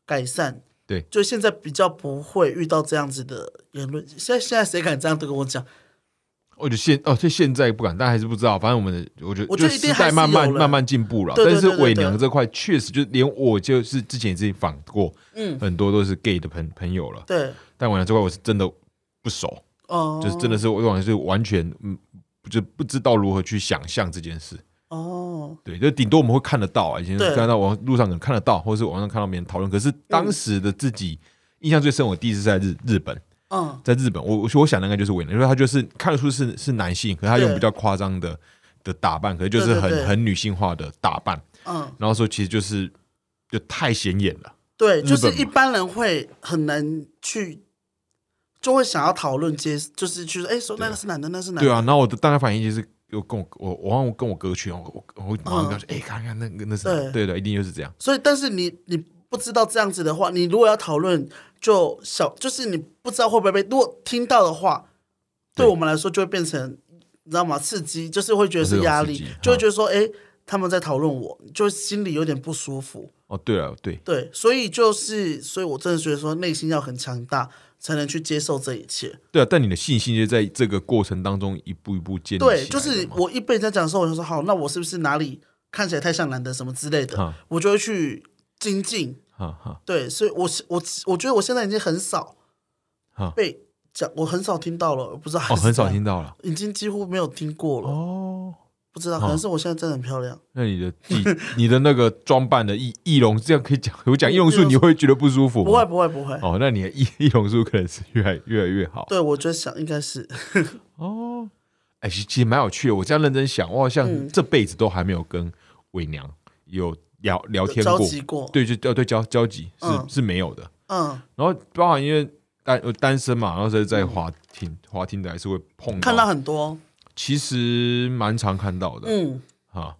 [SPEAKER 2] 改善。
[SPEAKER 1] 对
[SPEAKER 2] 就现在比较不会遇到这样子的言论。现在现在谁敢这样子跟我讲？
[SPEAKER 1] 我觉得现哦，所以现在不敢，但还是不知道。反正我们的，我觉得，
[SPEAKER 2] 我觉得
[SPEAKER 1] 就
[SPEAKER 2] 一定
[SPEAKER 1] 时代
[SPEAKER 2] 还是
[SPEAKER 1] 慢慢
[SPEAKER 2] 有了
[SPEAKER 1] 慢慢进步了。
[SPEAKER 2] 对对对
[SPEAKER 1] 但是
[SPEAKER 2] 对
[SPEAKER 1] 伪
[SPEAKER 2] 对
[SPEAKER 1] 娘这块确实，就是连我就是之前也自己访过，
[SPEAKER 2] 嗯
[SPEAKER 1] 很多都是 gay 的朋朋友了。
[SPEAKER 2] 对，
[SPEAKER 1] 但伪娘这块我是真的不熟，
[SPEAKER 2] 哦，
[SPEAKER 1] 就是真的是我完全是完全嗯，就不知道如何去想象这件事。
[SPEAKER 2] 哦，
[SPEAKER 1] 对，就顶多我们会看得到啊，以前
[SPEAKER 2] 对嗯
[SPEAKER 1] 看到网路上可能看得到，或是网上看到别人讨论。可是当时的自己、印象最深，我第一次是在日日本，
[SPEAKER 2] 嗯，
[SPEAKER 1] 在日本，我我我想那个就是伪娘，因为他就是看得出是是男性，可是他用
[SPEAKER 2] 对
[SPEAKER 1] 比较夸张的的打扮，可是就是
[SPEAKER 2] 对对
[SPEAKER 1] 很
[SPEAKER 2] 对
[SPEAKER 1] 很女性化的打扮，
[SPEAKER 2] 嗯，
[SPEAKER 1] 然后说其实就是就太显眼了，
[SPEAKER 2] 对，就
[SPEAKER 1] 日
[SPEAKER 2] 是
[SPEAKER 1] 本嘛
[SPEAKER 2] 一般人会很难去，就会想要讨论接，就是去说，哎，说那个是男的，那是男
[SPEAKER 1] 对
[SPEAKER 2] 的，
[SPEAKER 1] 啊，然后我的当下反应就是有跟我我我我跟我哥去，我我我我马上跟他说，哎、看看那个那是哪
[SPEAKER 2] 嗯对
[SPEAKER 1] 对的，一定就是这样，
[SPEAKER 2] 所以，但是你你不知道这样子的话，你如果要讨论，就小，就是你不知道会不会被，如果听到的话，对
[SPEAKER 1] 对
[SPEAKER 2] 我们来说就会变成，你知道吗？刺激，就是会觉得
[SPEAKER 1] 这
[SPEAKER 2] 是
[SPEAKER 1] 种
[SPEAKER 2] 压
[SPEAKER 1] 刺
[SPEAKER 2] 力
[SPEAKER 1] 激，
[SPEAKER 2] 就会
[SPEAKER 1] 嗯
[SPEAKER 2] 觉得说，哎，他们在讨论我，就心里有点不舒服。
[SPEAKER 1] 哦，对了，对，
[SPEAKER 2] 对，所以就是，所以我真的觉得说，内心要很强大，才能去接受这一切。
[SPEAKER 1] 对啊，但你的信心就在这个过程当中一步一步建立起来的
[SPEAKER 2] 对，
[SPEAKER 1] 嘛，
[SPEAKER 2] 就是我一被人家讲的时候，我就说好，那我是不是哪里看起来太像男的什么之类的，
[SPEAKER 1] 哈
[SPEAKER 2] 我就会去精进。
[SPEAKER 1] 哈哈，
[SPEAKER 2] 对，所以我是我我觉得我现在已经很少
[SPEAKER 1] 哈
[SPEAKER 2] 被讲，我很少听到了，我不知道
[SPEAKER 1] 哦，很少
[SPEAKER 2] 还是
[SPEAKER 1] 听到了，
[SPEAKER 2] 怎样，已经几乎没有听过了，
[SPEAKER 1] 哦。
[SPEAKER 2] 不知道，
[SPEAKER 1] 哈哦
[SPEAKER 2] 可能是我现在真的很漂亮。
[SPEAKER 1] 那你的你 你的那个装扮的易易容，这样可以讲，我讲易容
[SPEAKER 2] 易
[SPEAKER 1] 术
[SPEAKER 2] 容
[SPEAKER 1] 你会觉得不舒服吗？
[SPEAKER 2] 不会不会不会，
[SPEAKER 1] 哦，那你的 易易容术可能是越来越来越好
[SPEAKER 2] 对我觉得想应该是，
[SPEAKER 1] 哦。哎、其其实蛮有趣的。我这样认真想，我好像
[SPEAKER 2] 嗯
[SPEAKER 1] 这辈子都还没有跟伪娘有聊聊天
[SPEAKER 2] 交
[SPEAKER 1] 过，
[SPEAKER 2] 集过，
[SPEAKER 1] 对，就对对交交集是、
[SPEAKER 2] 嗯
[SPEAKER 1] 是没有的。
[SPEAKER 2] 嗯，
[SPEAKER 1] 然后包含因为单我单身嘛，然后所以在滑听滑听的还是会碰
[SPEAKER 2] 看到很多，
[SPEAKER 1] 其实蛮常看到的
[SPEAKER 2] 嗯，
[SPEAKER 1] 啊。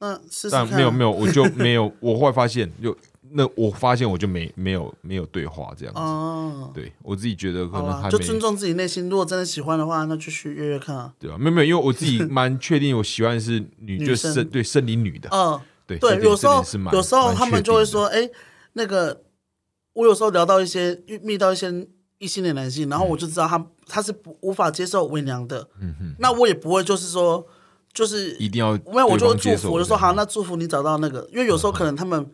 [SPEAKER 2] 那试试看
[SPEAKER 1] 但
[SPEAKER 2] 啊。
[SPEAKER 1] 没有没有，我 就没有，我后来发现就那我发现我就没没有没有对话这样子，
[SPEAKER 2] 哦，
[SPEAKER 1] 对我自己觉得可
[SPEAKER 2] 好
[SPEAKER 1] 能还
[SPEAKER 2] 啦，
[SPEAKER 1] 没
[SPEAKER 2] 就尊重自己内心。如果真的喜欢的话，那就去约约看啊。
[SPEAKER 1] 对吧？没有没有，因为我自 己蛮确定我喜欢的是女，
[SPEAKER 2] 女
[SPEAKER 1] 就
[SPEAKER 2] 生
[SPEAKER 1] 生对生理女的，
[SPEAKER 2] 嗯，
[SPEAKER 1] 对这
[SPEAKER 2] 对，
[SPEAKER 1] 点
[SPEAKER 2] 有时
[SPEAKER 1] 这
[SPEAKER 2] 候
[SPEAKER 1] 点是蛮
[SPEAKER 2] 有时候
[SPEAKER 1] 蛮
[SPEAKER 2] 他
[SPEAKER 1] 确
[SPEAKER 2] 们
[SPEAKER 1] 定
[SPEAKER 2] 就会
[SPEAKER 1] 的
[SPEAKER 2] 说，哎，那个我有时候聊到一些遇密到一些异性恋男性，然后我就知道
[SPEAKER 1] 嗯
[SPEAKER 2] 他他是不无法接受伪娘的，嗯哼，那我也不会就是说就是
[SPEAKER 1] 一定要
[SPEAKER 2] 没有，我就
[SPEAKER 1] 对
[SPEAKER 2] 会
[SPEAKER 1] 方
[SPEAKER 2] 祝
[SPEAKER 1] 接
[SPEAKER 2] 福，
[SPEAKER 1] 受
[SPEAKER 2] 我就说
[SPEAKER 1] 这样
[SPEAKER 2] 好，那祝福你找到那个，因为有时候
[SPEAKER 1] 嗯
[SPEAKER 2] 可能他们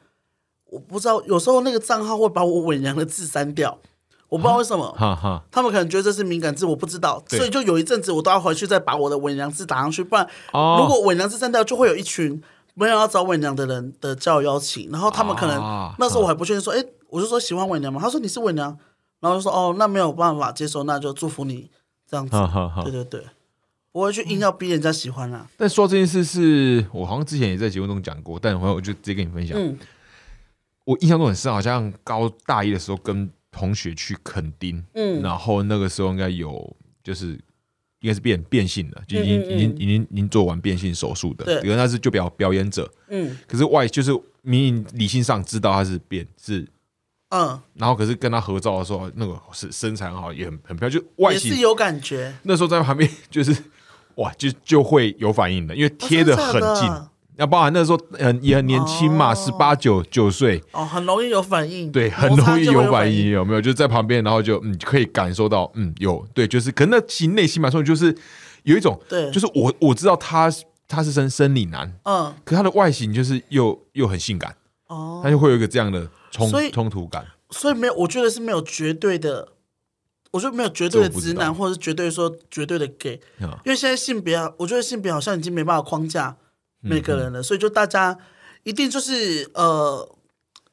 [SPEAKER 2] 我不知道，有时候那个账号会把我伪娘的字删掉，我不知道为什么。
[SPEAKER 1] 哈哈，
[SPEAKER 2] 他们可能觉得这是敏感字，我不知道，
[SPEAKER 1] 啊对
[SPEAKER 2] 所以就有一阵子我都要回去再把我的伪娘字打上去，不然
[SPEAKER 1] 哦
[SPEAKER 2] 如果伪娘字删掉，就会有一群没有要找伪娘的人的交友邀请，然后他们可能、
[SPEAKER 1] 啊
[SPEAKER 2] 那时候我还不确定说，哎、我就说喜欢伪娘嘛，他说你是伪娘，然后就说哦，那没有办法接受，那就祝福你这样子，
[SPEAKER 1] 哈哈哈
[SPEAKER 2] 对。对对，不会去硬要逼人家喜欢啊啦、
[SPEAKER 1] 但说到这件事是我好像之前也在节目中讲过，但我我就直接跟你分享，
[SPEAKER 2] 嗯
[SPEAKER 1] 我印象中很深，好像高大一的时候跟同学去垦丁，
[SPEAKER 2] 嗯
[SPEAKER 1] 然后那个时候应该有就是应该是变变性了，就已经、
[SPEAKER 2] 嗯嗯嗯
[SPEAKER 1] 已经已经已经做完变性手术的，
[SPEAKER 2] 对
[SPEAKER 1] 因为他是就表表演者，
[SPEAKER 2] 嗯
[SPEAKER 1] 可是外就是明明理性上知道他是变是，
[SPEAKER 2] 嗯，
[SPEAKER 1] 然后可是跟他合照的时候，那个是身材很好，也很很漂亮，就外
[SPEAKER 2] 也是
[SPEAKER 1] 形
[SPEAKER 2] 有感觉，
[SPEAKER 1] 那时候在旁边就是哇，就就会有反应的，因为贴
[SPEAKER 2] 哦的
[SPEAKER 1] 的很近。那包含那时候很也很年轻嘛，十八九九岁，
[SPEAKER 2] 哦，很容易有反应，
[SPEAKER 1] 对，很
[SPEAKER 2] 摩擦
[SPEAKER 1] 容易
[SPEAKER 2] 就会
[SPEAKER 1] 有反
[SPEAKER 2] 应。
[SPEAKER 1] 应，有没有？就在旁边，然后就嗯，可以感受到，嗯，有对，就是，可能那其实内心蛮受，就是有一种，
[SPEAKER 2] 对
[SPEAKER 1] 就是我我知道他他是生生理男，
[SPEAKER 2] 嗯，
[SPEAKER 1] 可他的外形就是又又很性感，
[SPEAKER 2] 哦，
[SPEAKER 1] 他就会有一个这样的冲
[SPEAKER 2] 所以
[SPEAKER 1] 冲突感。
[SPEAKER 2] 所以没有，我觉得是没有绝对的，我觉得没有绝对的
[SPEAKER 1] 这我不
[SPEAKER 2] 直
[SPEAKER 1] 知道
[SPEAKER 2] 男，或者是绝对说绝对的 gay，、
[SPEAKER 1] 嗯
[SPEAKER 2] 因为现在性别啊，我觉得性别好像已经没办法框架每个
[SPEAKER 1] 嗯
[SPEAKER 2] 人了，所以就大家一定就是呃，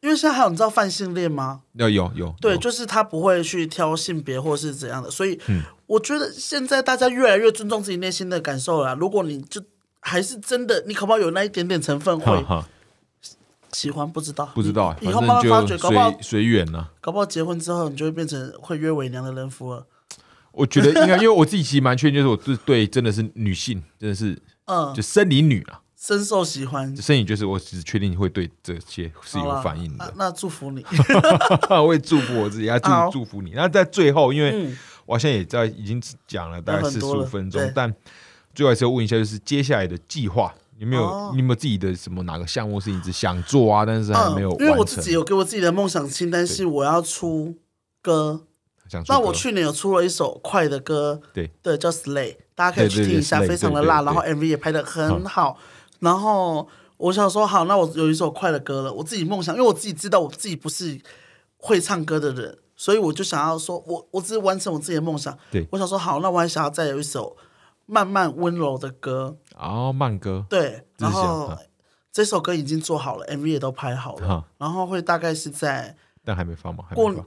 [SPEAKER 2] 因为现在还有你知道泛性恋吗？
[SPEAKER 1] 要有有
[SPEAKER 2] 对，
[SPEAKER 1] 有
[SPEAKER 2] 就是他不会去挑性别或是怎样的，所以
[SPEAKER 1] 嗯
[SPEAKER 2] 我觉得现在大家越来越尊重自己内心的感受了啊。如果你就还是真的，你可不好有那一点点成分
[SPEAKER 1] 哈
[SPEAKER 2] 会
[SPEAKER 1] 哈，
[SPEAKER 2] 喜欢，不知道
[SPEAKER 1] 不知道，啊
[SPEAKER 2] 以
[SPEAKER 1] 反
[SPEAKER 2] 以后慢慢发
[SPEAKER 1] 正
[SPEAKER 2] 觉，
[SPEAKER 1] 就
[SPEAKER 2] 搞不好
[SPEAKER 1] 随随缘啊呢。
[SPEAKER 2] 搞不好结婚之后你就会变成会约伪娘的人夫了。
[SPEAKER 1] 我觉得应该，因为我自己其实蛮确定，就是我对对真的是女性，真的是
[SPEAKER 2] 嗯
[SPEAKER 1] 就，生理女啊，
[SPEAKER 2] 深受喜欢，
[SPEAKER 1] 生理就是我只确定会对这些是
[SPEAKER 2] 好
[SPEAKER 1] 有
[SPEAKER 2] 啦
[SPEAKER 1] 反应
[SPEAKER 2] 啊
[SPEAKER 1] 的。
[SPEAKER 2] 那祝 福你，
[SPEAKER 1] 我也祝福我自己，要祝
[SPEAKER 2] 嗯好
[SPEAKER 1] 祝福你。那在最后，因为
[SPEAKER 2] 嗯，
[SPEAKER 1] 我现在也在已经讲了大概
[SPEAKER 2] 有很
[SPEAKER 1] 四十
[SPEAKER 2] 多
[SPEAKER 1] 五
[SPEAKER 2] 了
[SPEAKER 1] 分钟
[SPEAKER 2] 对，
[SPEAKER 1] 但最后还是要问一下，就是接下来的计划有没有
[SPEAKER 2] 哦？
[SPEAKER 1] 你有没有自己的什么哪个项目是你一直想做啊，但是还没有
[SPEAKER 2] 嗯因为我
[SPEAKER 1] 完
[SPEAKER 2] 自
[SPEAKER 1] 成
[SPEAKER 2] 己？有给我自己的梦想清单，是我要出歌。
[SPEAKER 1] 想出
[SPEAKER 2] 那我
[SPEAKER 1] 歌
[SPEAKER 2] 去年有出了一首快的歌，
[SPEAKER 1] 对
[SPEAKER 2] 对，叫 Slay，大家可以去
[SPEAKER 1] 对对
[SPEAKER 2] 听一下，
[SPEAKER 1] 对，Slay，
[SPEAKER 2] 非常的
[SPEAKER 1] 对对
[SPEAKER 2] 辣，
[SPEAKER 1] 对
[SPEAKER 2] 然后 MV 也拍的很好。然后我想说，好，那我有一首快的歌了，我自己梦想，因为我自己知道我自己不是会唱歌的人，所以我就想要说，我我只是完成我自己的梦想。
[SPEAKER 1] 对
[SPEAKER 2] 我想说，好，那我还想要再有一首慢慢温柔的歌，
[SPEAKER 1] 哦，慢歌
[SPEAKER 2] 对，
[SPEAKER 1] 这是
[SPEAKER 2] 然
[SPEAKER 1] 想
[SPEAKER 2] 后
[SPEAKER 1] 啊
[SPEAKER 2] 这首歌已经做好了，MV 也都拍好了，
[SPEAKER 1] 哈
[SPEAKER 2] 然后会大概是在
[SPEAKER 1] 但还没发吗？还没
[SPEAKER 2] 过
[SPEAKER 1] 发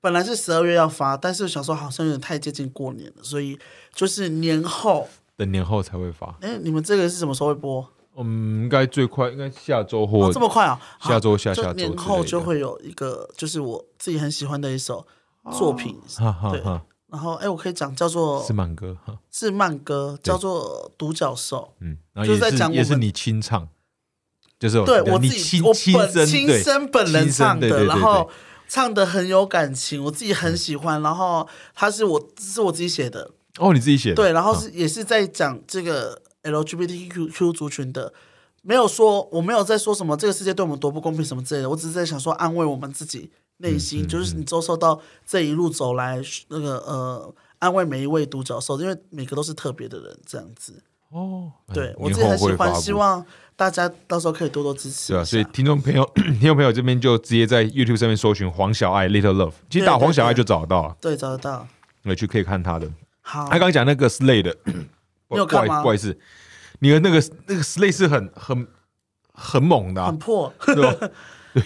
[SPEAKER 2] 本来是十二月要发，但是想说好像有点太接近过年了，所以就是年后。
[SPEAKER 1] 等年后才会发。
[SPEAKER 2] 哎，你们这个是什么时候会播？
[SPEAKER 1] 嗯，应该最快应该下周或
[SPEAKER 2] 哦这么快啊！好
[SPEAKER 1] 下周下
[SPEAKER 2] 就
[SPEAKER 1] 下周
[SPEAKER 2] 年
[SPEAKER 1] 之
[SPEAKER 2] 后
[SPEAKER 1] 类的
[SPEAKER 2] 就会有一个，就是我自己很喜欢的一首
[SPEAKER 1] 哦
[SPEAKER 2] 作品。
[SPEAKER 1] 哈哈
[SPEAKER 2] 对
[SPEAKER 1] 哈
[SPEAKER 2] 然后哎，我可以讲叫做
[SPEAKER 1] 是慢歌哈，
[SPEAKER 2] 是慢歌，叫做《独角兽
[SPEAKER 1] 嗯，然后
[SPEAKER 2] 就
[SPEAKER 1] 也
[SPEAKER 2] 是在
[SPEAKER 1] 是
[SPEAKER 2] 讲我
[SPEAKER 1] 也是
[SPEAKER 2] 们
[SPEAKER 1] 你清唱，就是》。
[SPEAKER 2] 对
[SPEAKER 1] 哦你
[SPEAKER 2] 我自
[SPEAKER 1] 你
[SPEAKER 2] 己，
[SPEAKER 1] 亲
[SPEAKER 2] 我
[SPEAKER 1] 亲
[SPEAKER 2] 本
[SPEAKER 1] 身对
[SPEAKER 2] 亲身本人
[SPEAKER 1] 亲身
[SPEAKER 2] 唱
[SPEAKER 1] 对对
[SPEAKER 2] 的，
[SPEAKER 1] 对
[SPEAKER 2] 然
[SPEAKER 1] 对嗯
[SPEAKER 2] 后唱的很有感情，我自己很喜欢。然后它是我是我自己写的，
[SPEAKER 1] 哦你自己写的
[SPEAKER 2] 对，然后是也是在讲这个 LGBTQ 族群的，没有说我没有在说什么这个世界对我们多不公平什么之类的，我只是在想说安慰我们自己
[SPEAKER 1] 嗯
[SPEAKER 2] 内心，就是你遭受到这一路走来那个呃安慰每一位独角兽，因为每个都是特别的人这样子。
[SPEAKER 1] 哦，
[SPEAKER 2] 对
[SPEAKER 1] 嗯
[SPEAKER 2] 我
[SPEAKER 1] 年
[SPEAKER 2] 自己很
[SPEAKER 1] 后
[SPEAKER 2] 喜
[SPEAKER 1] 会发
[SPEAKER 2] 欢，
[SPEAKER 1] 布
[SPEAKER 2] 希望大家到时候可以多多支持
[SPEAKER 1] 对
[SPEAKER 2] 一下。
[SPEAKER 1] 啊，所以听众朋友听众朋友这边就直接在 YouTube 上面搜寻黄小爱 Little Love，其实打
[SPEAKER 2] 对对
[SPEAKER 1] 黄小爱
[SPEAKER 2] 对
[SPEAKER 1] 就找到了，
[SPEAKER 2] 对找得到。
[SPEAKER 1] 你去可以看他的。
[SPEAKER 2] 好
[SPEAKER 1] 他，刚刚讲那个 Slay 的，
[SPEAKER 2] 你有看
[SPEAKER 1] 怪
[SPEAKER 2] 吗
[SPEAKER 1] 怪事，你的那个那个 Slay 是很很很猛的啊
[SPEAKER 2] 很，破。
[SPEAKER 1] 对吧？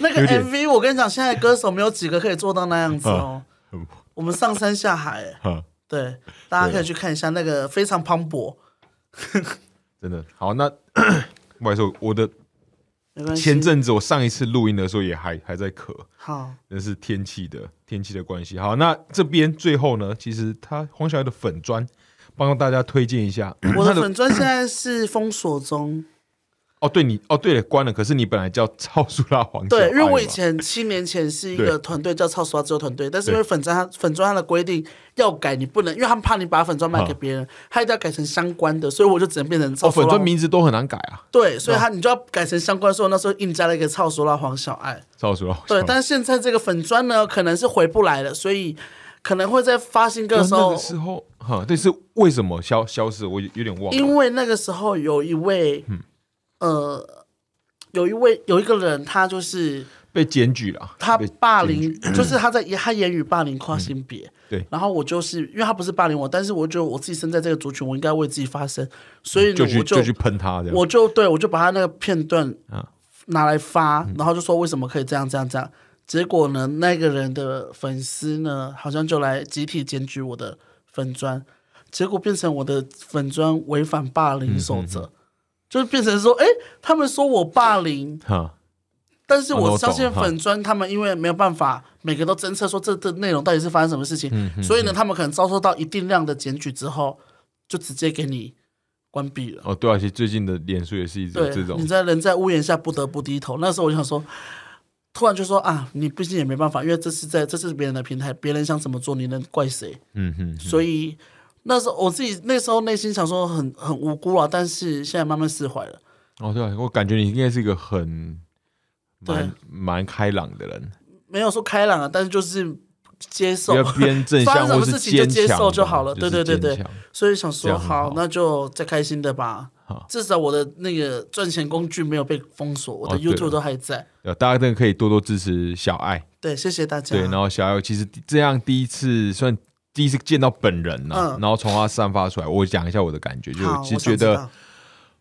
[SPEAKER 2] 那个
[SPEAKER 1] 有点
[SPEAKER 2] MV 我跟你讲，现在歌手没有几个可以做到那样子哦。
[SPEAKER 1] 很
[SPEAKER 2] 我们上山下海、哎
[SPEAKER 1] 哈
[SPEAKER 2] 对，大
[SPEAKER 1] 对啊
[SPEAKER 2] 家可以去看一下那个非常磅礴，
[SPEAKER 1] 真的好。那 不好意思，我的
[SPEAKER 2] 没关系。
[SPEAKER 1] 前阵子我上一次录音的时候也还还在咳，
[SPEAKER 2] 好，
[SPEAKER 1] 那是天气的天气的关系。好，那这边最后呢，其实他黄小爱的粉砖帮大家推荐一下，
[SPEAKER 2] 我
[SPEAKER 1] 嗯他
[SPEAKER 2] 的粉砖现在是封锁中，
[SPEAKER 1] 哦，对你哦，对了，关了。可是你本来叫超速拉黄小爱
[SPEAKER 2] 对，因为我以
[SPEAKER 1] 嘛
[SPEAKER 2] 前七年前是
[SPEAKER 1] 哦
[SPEAKER 2] 一
[SPEAKER 1] 哎对
[SPEAKER 2] 个团队叫超刷之后团队，但是因
[SPEAKER 1] 对
[SPEAKER 2] 为粉砖它粉砖它的规定要改，你不能，因为他们怕你把粉砖卖给别人，他一定要改成相关的，所以我就只能变成
[SPEAKER 1] 哦，
[SPEAKER 2] 超
[SPEAKER 1] 粉
[SPEAKER 2] 刷
[SPEAKER 1] 砖名字都很难改啊，
[SPEAKER 2] 对，所以他你就要改成相关，所以我那时候硬加了一个超熟辣黄小爱。
[SPEAKER 1] 超速拉黄小爱。
[SPEAKER 2] 对，但是现在这个粉砖呢，可能是回不来了，所以可能会在发新歌的时
[SPEAKER 1] 啊哦那
[SPEAKER 2] 候
[SPEAKER 1] 个，时候哈，但是为什么消消失？我有有点忘了。
[SPEAKER 2] 因为那个时候有一位，
[SPEAKER 1] 嗯
[SPEAKER 2] 呃，有一位有一个人，他就是
[SPEAKER 1] 被检举了，
[SPEAKER 2] 他
[SPEAKER 1] 被
[SPEAKER 2] 霸凌， 就是他在他言语霸凌跨性别、
[SPEAKER 1] 嗯对
[SPEAKER 2] 然后我就是因为他不是霸凌我，但是我觉得我自己身在这个族群，我应该为自己发声，所以呢
[SPEAKER 1] 就去
[SPEAKER 2] 我
[SPEAKER 1] 就去喷他这样。
[SPEAKER 2] 我就对嗯我就把他那个片段
[SPEAKER 1] 啊
[SPEAKER 2] 拿来发，然后就说为什么可以这样这样这样。结果呢，那个人的粉丝呢，好像就来集体检举我的粉砖，结果变成我的粉砖违反霸凌守则，就是变成说，哎，他们说我霸凌，
[SPEAKER 1] 哈，
[SPEAKER 2] 但是
[SPEAKER 1] 哦那
[SPEAKER 2] 啊我
[SPEAKER 1] 我
[SPEAKER 2] 相
[SPEAKER 1] 懂
[SPEAKER 2] 信
[SPEAKER 1] 哈
[SPEAKER 2] 粉砖他们因为没有办法每个都侦测说这这内容到底是发生什么事情，所以呢，他们可能遭受到一定量的检举之后，就直接给你关闭了。
[SPEAKER 1] 哦，对啊，其实最近的脸书也是一直有
[SPEAKER 2] 对
[SPEAKER 1] 这，种
[SPEAKER 2] 你，在人在屋檐下不得不低头。那时候我就想说， 突然就说啊，你毕竟也没办法，因为这是在这是别人的平台，别人想怎么做，你能怪谁？
[SPEAKER 1] 嗯哼，
[SPEAKER 2] 所以那时候我自己那时候内心想说很很无辜啊，但是现在慢慢释怀了。
[SPEAKER 1] 哦，对啊，我感觉你应该是一个很蛮
[SPEAKER 2] 对
[SPEAKER 1] 蛮开朗的人，
[SPEAKER 2] 没有说开朗啊，但是就是接受
[SPEAKER 1] 比，较偏正
[SPEAKER 2] 发
[SPEAKER 1] 向
[SPEAKER 2] 生什
[SPEAKER 1] 或
[SPEAKER 2] 么
[SPEAKER 1] 是
[SPEAKER 2] 事情就
[SPEAKER 1] 坚
[SPEAKER 2] 接
[SPEAKER 1] 强
[SPEAKER 2] 受就
[SPEAKER 1] 吧
[SPEAKER 2] 好了
[SPEAKER 1] 就是
[SPEAKER 2] 对对对
[SPEAKER 1] 坚强
[SPEAKER 2] 所以想
[SPEAKER 1] 这
[SPEAKER 2] 说
[SPEAKER 1] 样很
[SPEAKER 2] 好
[SPEAKER 1] 好，
[SPEAKER 2] 那就再开心的吧
[SPEAKER 1] 好。
[SPEAKER 2] 至少我的那个赚钱工具没有被封锁，我的
[SPEAKER 1] 哦对了
[SPEAKER 2] YouTube 都还在。
[SPEAKER 1] 对啊大家真的可以多多支持小爱，
[SPEAKER 2] 对，啊谢谢大家。
[SPEAKER 1] 对，然后小艾其实这样第一次算第一次见到本人呐、啊
[SPEAKER 2] 嗯
[SPEAKER 1] 然后从他散发出来，我讲一下我的感觉，就
[SPEAKER 2] 好，
[SPEAKER 1] 其实
[SPEAKER 2] 我
[SPEAKER 1] 觉
[SPEAKER 2] 想知
[SPEAKER 1] 得
[SPEAKER 2] 道。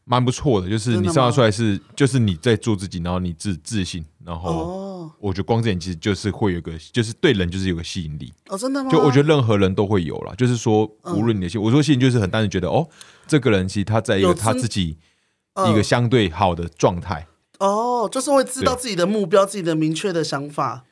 [SPEAKER 1] 蛮不错的，就是
[SPEAKER 2] 真
[SPEAKER 1] 你
[SPEAKER 2] 的
[SPEAKER 1] 散发
[SPEAKER 2] 吗
[SPEAKER 1] 出来是就是你在做自己，然后你自自信，然后
[SPEAKER 2] 哦
[SPEAKER 1] 我觉得光这点其实就是会有一个，就是对人就是有个吸引力，
[SPEAKER 2] 哦，嗯真的吗？
[SPEAKER 1] 就我觉得任何人都会有啦，就是说无论你的心，我说吸引就是很单纯觉得哦，这个人其实他在一个
[SPEAKER 2] 有
[SPEAKER 1] 他
[SPEAKER 2] 尊
[SPEAKER 1] 自己
[SPEAKER 2] 嗯
[SPEAKER 1] 一个相对好的状态，
[SPEAKER 2] 哦，就是会知道自己的目标、自己的明确的想法，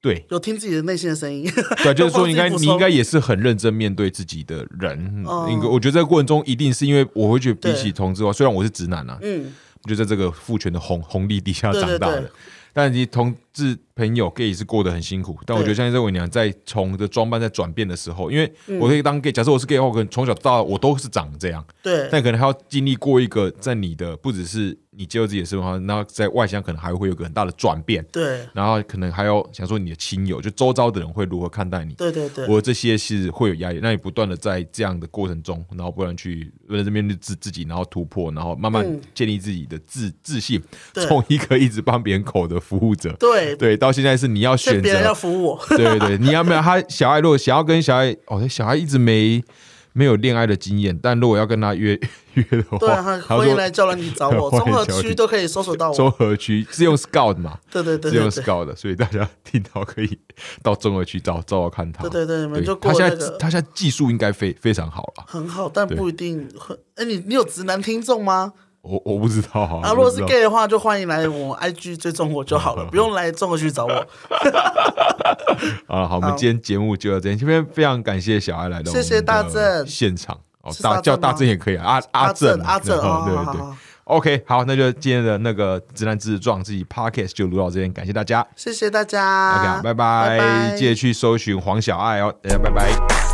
[SPEAKER 1] 对，
[SPEAKER 2] 有听自己的内心的声音。
[SPEAKER 1] 对，啊就是 说，
[SPEAKER 2] 帮
[SPEAKER 1] 应
[SPEAKER 2] 自己
[SPEAKER 1] 该
[SPEAKER 2] 补
[SPEAKER 1] 你
[SPEAKER 2] 充
[SPEAKER 1] 应该也是很认真面对自己的人。
[SPEAKER 2] 哦
[SPEAKER 1] 应该我觉得这个过程中，一定是因为我会觉得
[SPEAKER 2] 对
[SPEAKER 1] 比起同志的话，虽然我是直男啊，
[SPEAKER 2] 嗯，
[SPEAKER 1] 我就在这个父权的红红利底下
[SPEAKER 2] 对
[SPEAKER 1] 长
[SPEAKER 2] 对
[SPEAKER 1] 大
[SPEAKER 2] 对
[SPEAKER 1] 的，但你同志朋友 gay 也是过得很辛苦。但我
[SPEAKER 2] 对
[SPEAKER 1] 觉得像这位娘在从的装扮在转变的时候，因为
[SPEAKER 2] 嗯
[SPEAKER 1] 我可以当 gay，假设我是 gay 的话，我可能从小到大我都是长这样，
[SPEAKER 2] 对，
[SPEAKER 1] 但可能还要经历过一个在你的不只是你接受自己的生活，然后在外向可能还会有一个很大的转变。
[SPEAKER 2] 对，
[SPEAKER 1] 然后可能还要想说你的亲友，就周遭的人会如何看待你，
[SPEAKER 2] 对对对，
[SPEAKER 1] 我这些是会有压力，那你不断的在这样的过程中，然后不断地去认真面对自自己，然后突破，然后慢慢建立自己的自、自信，
[SPEAKER 2] 嗯对
[SPEAKER 1] 从一个一直帮别人口的服务者，
[SPEAKER 2] 对，
[SPEAKER 1] 对，到现在是你要
[SPEAKER 2] 所以
[SPEAKER 1] 选
[SPEAKER 2] 别人要
[SPEAKER 1] 择，
[SPEAKER 2] 服务 我。
[SPEAKER 1] 对对对，你要没有他小爱，如果想要跟小爱，哦，小爱一直没没有恋爱的经验，但如果要跟他约 约的话，
[SPEAKER 2] 对啊，
[SPEAKER 1] 他
[SPEAKER 2] 欢迎来
[SPEAKER 1] 说
[SPEAKER 2] 叫人你找我，
[SPEAKER 1] 欢迎
[SPEAKER 2] 综合
[SPEAKER 1] 交
[SPEAKER 2] 区
[SPEAKER 1] 流
[SPEAKER 2] 都可以搜索到我。
[SPEAKER 1] 综合区是 用 scout 嘛，
[SPEAKER 2] 对对对
[SPEAKER 1] 是用
[SPEAKER 2] 对对
[SPEAKER 1] scout 的，所以大家听到可以到综合区找找我看他，
[SPEAKER 2] 对对对，你们
[SPEAKER 1] 对
[SPEAKER 2] 就过
[SPEAKER 1] 他现
[SPEAKER 2] 那
[SPEAKER 1] 在
[SPEAKER 2] 个
[SPEAKER 1] 他现在技术应该非非常好了，
[SPEAKER 2] 很好，但
[SPEAKER 1] 对
[SPEAKER 2] 不一定会。哎，你你有直男听众吗？
[SPEAKER 1] 我我不知道啊
[SPEAKER 2] 啊，如
[SPEAKER 1] 我
[SPEAKER 2] 果
[SPEAKER 1] 不知
[SPEAKER 2] 是
[SPEAKER 1] 道
[SPEAKER 2] gay 的话，就欢迎来我 IG 追踪我 就好了，不用来综合区找我。
[SPEAKER 1] 啊，好，我们
[SPEAKER 2] 好
[SPEAKER 1] 今天节目就到这边，这边非常感谢小爱来到我们的
[SPEAKER 2] 谢谢大正
[SPEAKER 1] 现场哦，
[SPEAKER 2] 是
[SPEAKER 1] 大
[SPEAKER 2] 大正
[SPEAKER 1] 叫大
[SPEAKER 2] 吗
[SPEAKER 1] 正也可以啊，阿
[SPEAKER 2] 阿
[SPEAKER 1] 正
[SPEAKER 2] 正，阿正，
[SPEAKER 1] 啊
[SPEAKER 2] 哦
[SPEAKER 1] 对
[SPEAKER 2] 好好
[SPEAKER 1] 对对
[SPEAKER 2] 好，
[SPEAKER 1] ，OK，好，那就今天的那个直男自撞自己 podcast 就录到这边，感谢大家
[SPEAKER 2] 谢谢大家啊
[SPEAKER 1] ，OK，好拜拜，记得去搜寻黄小爱哦，大家拜拜。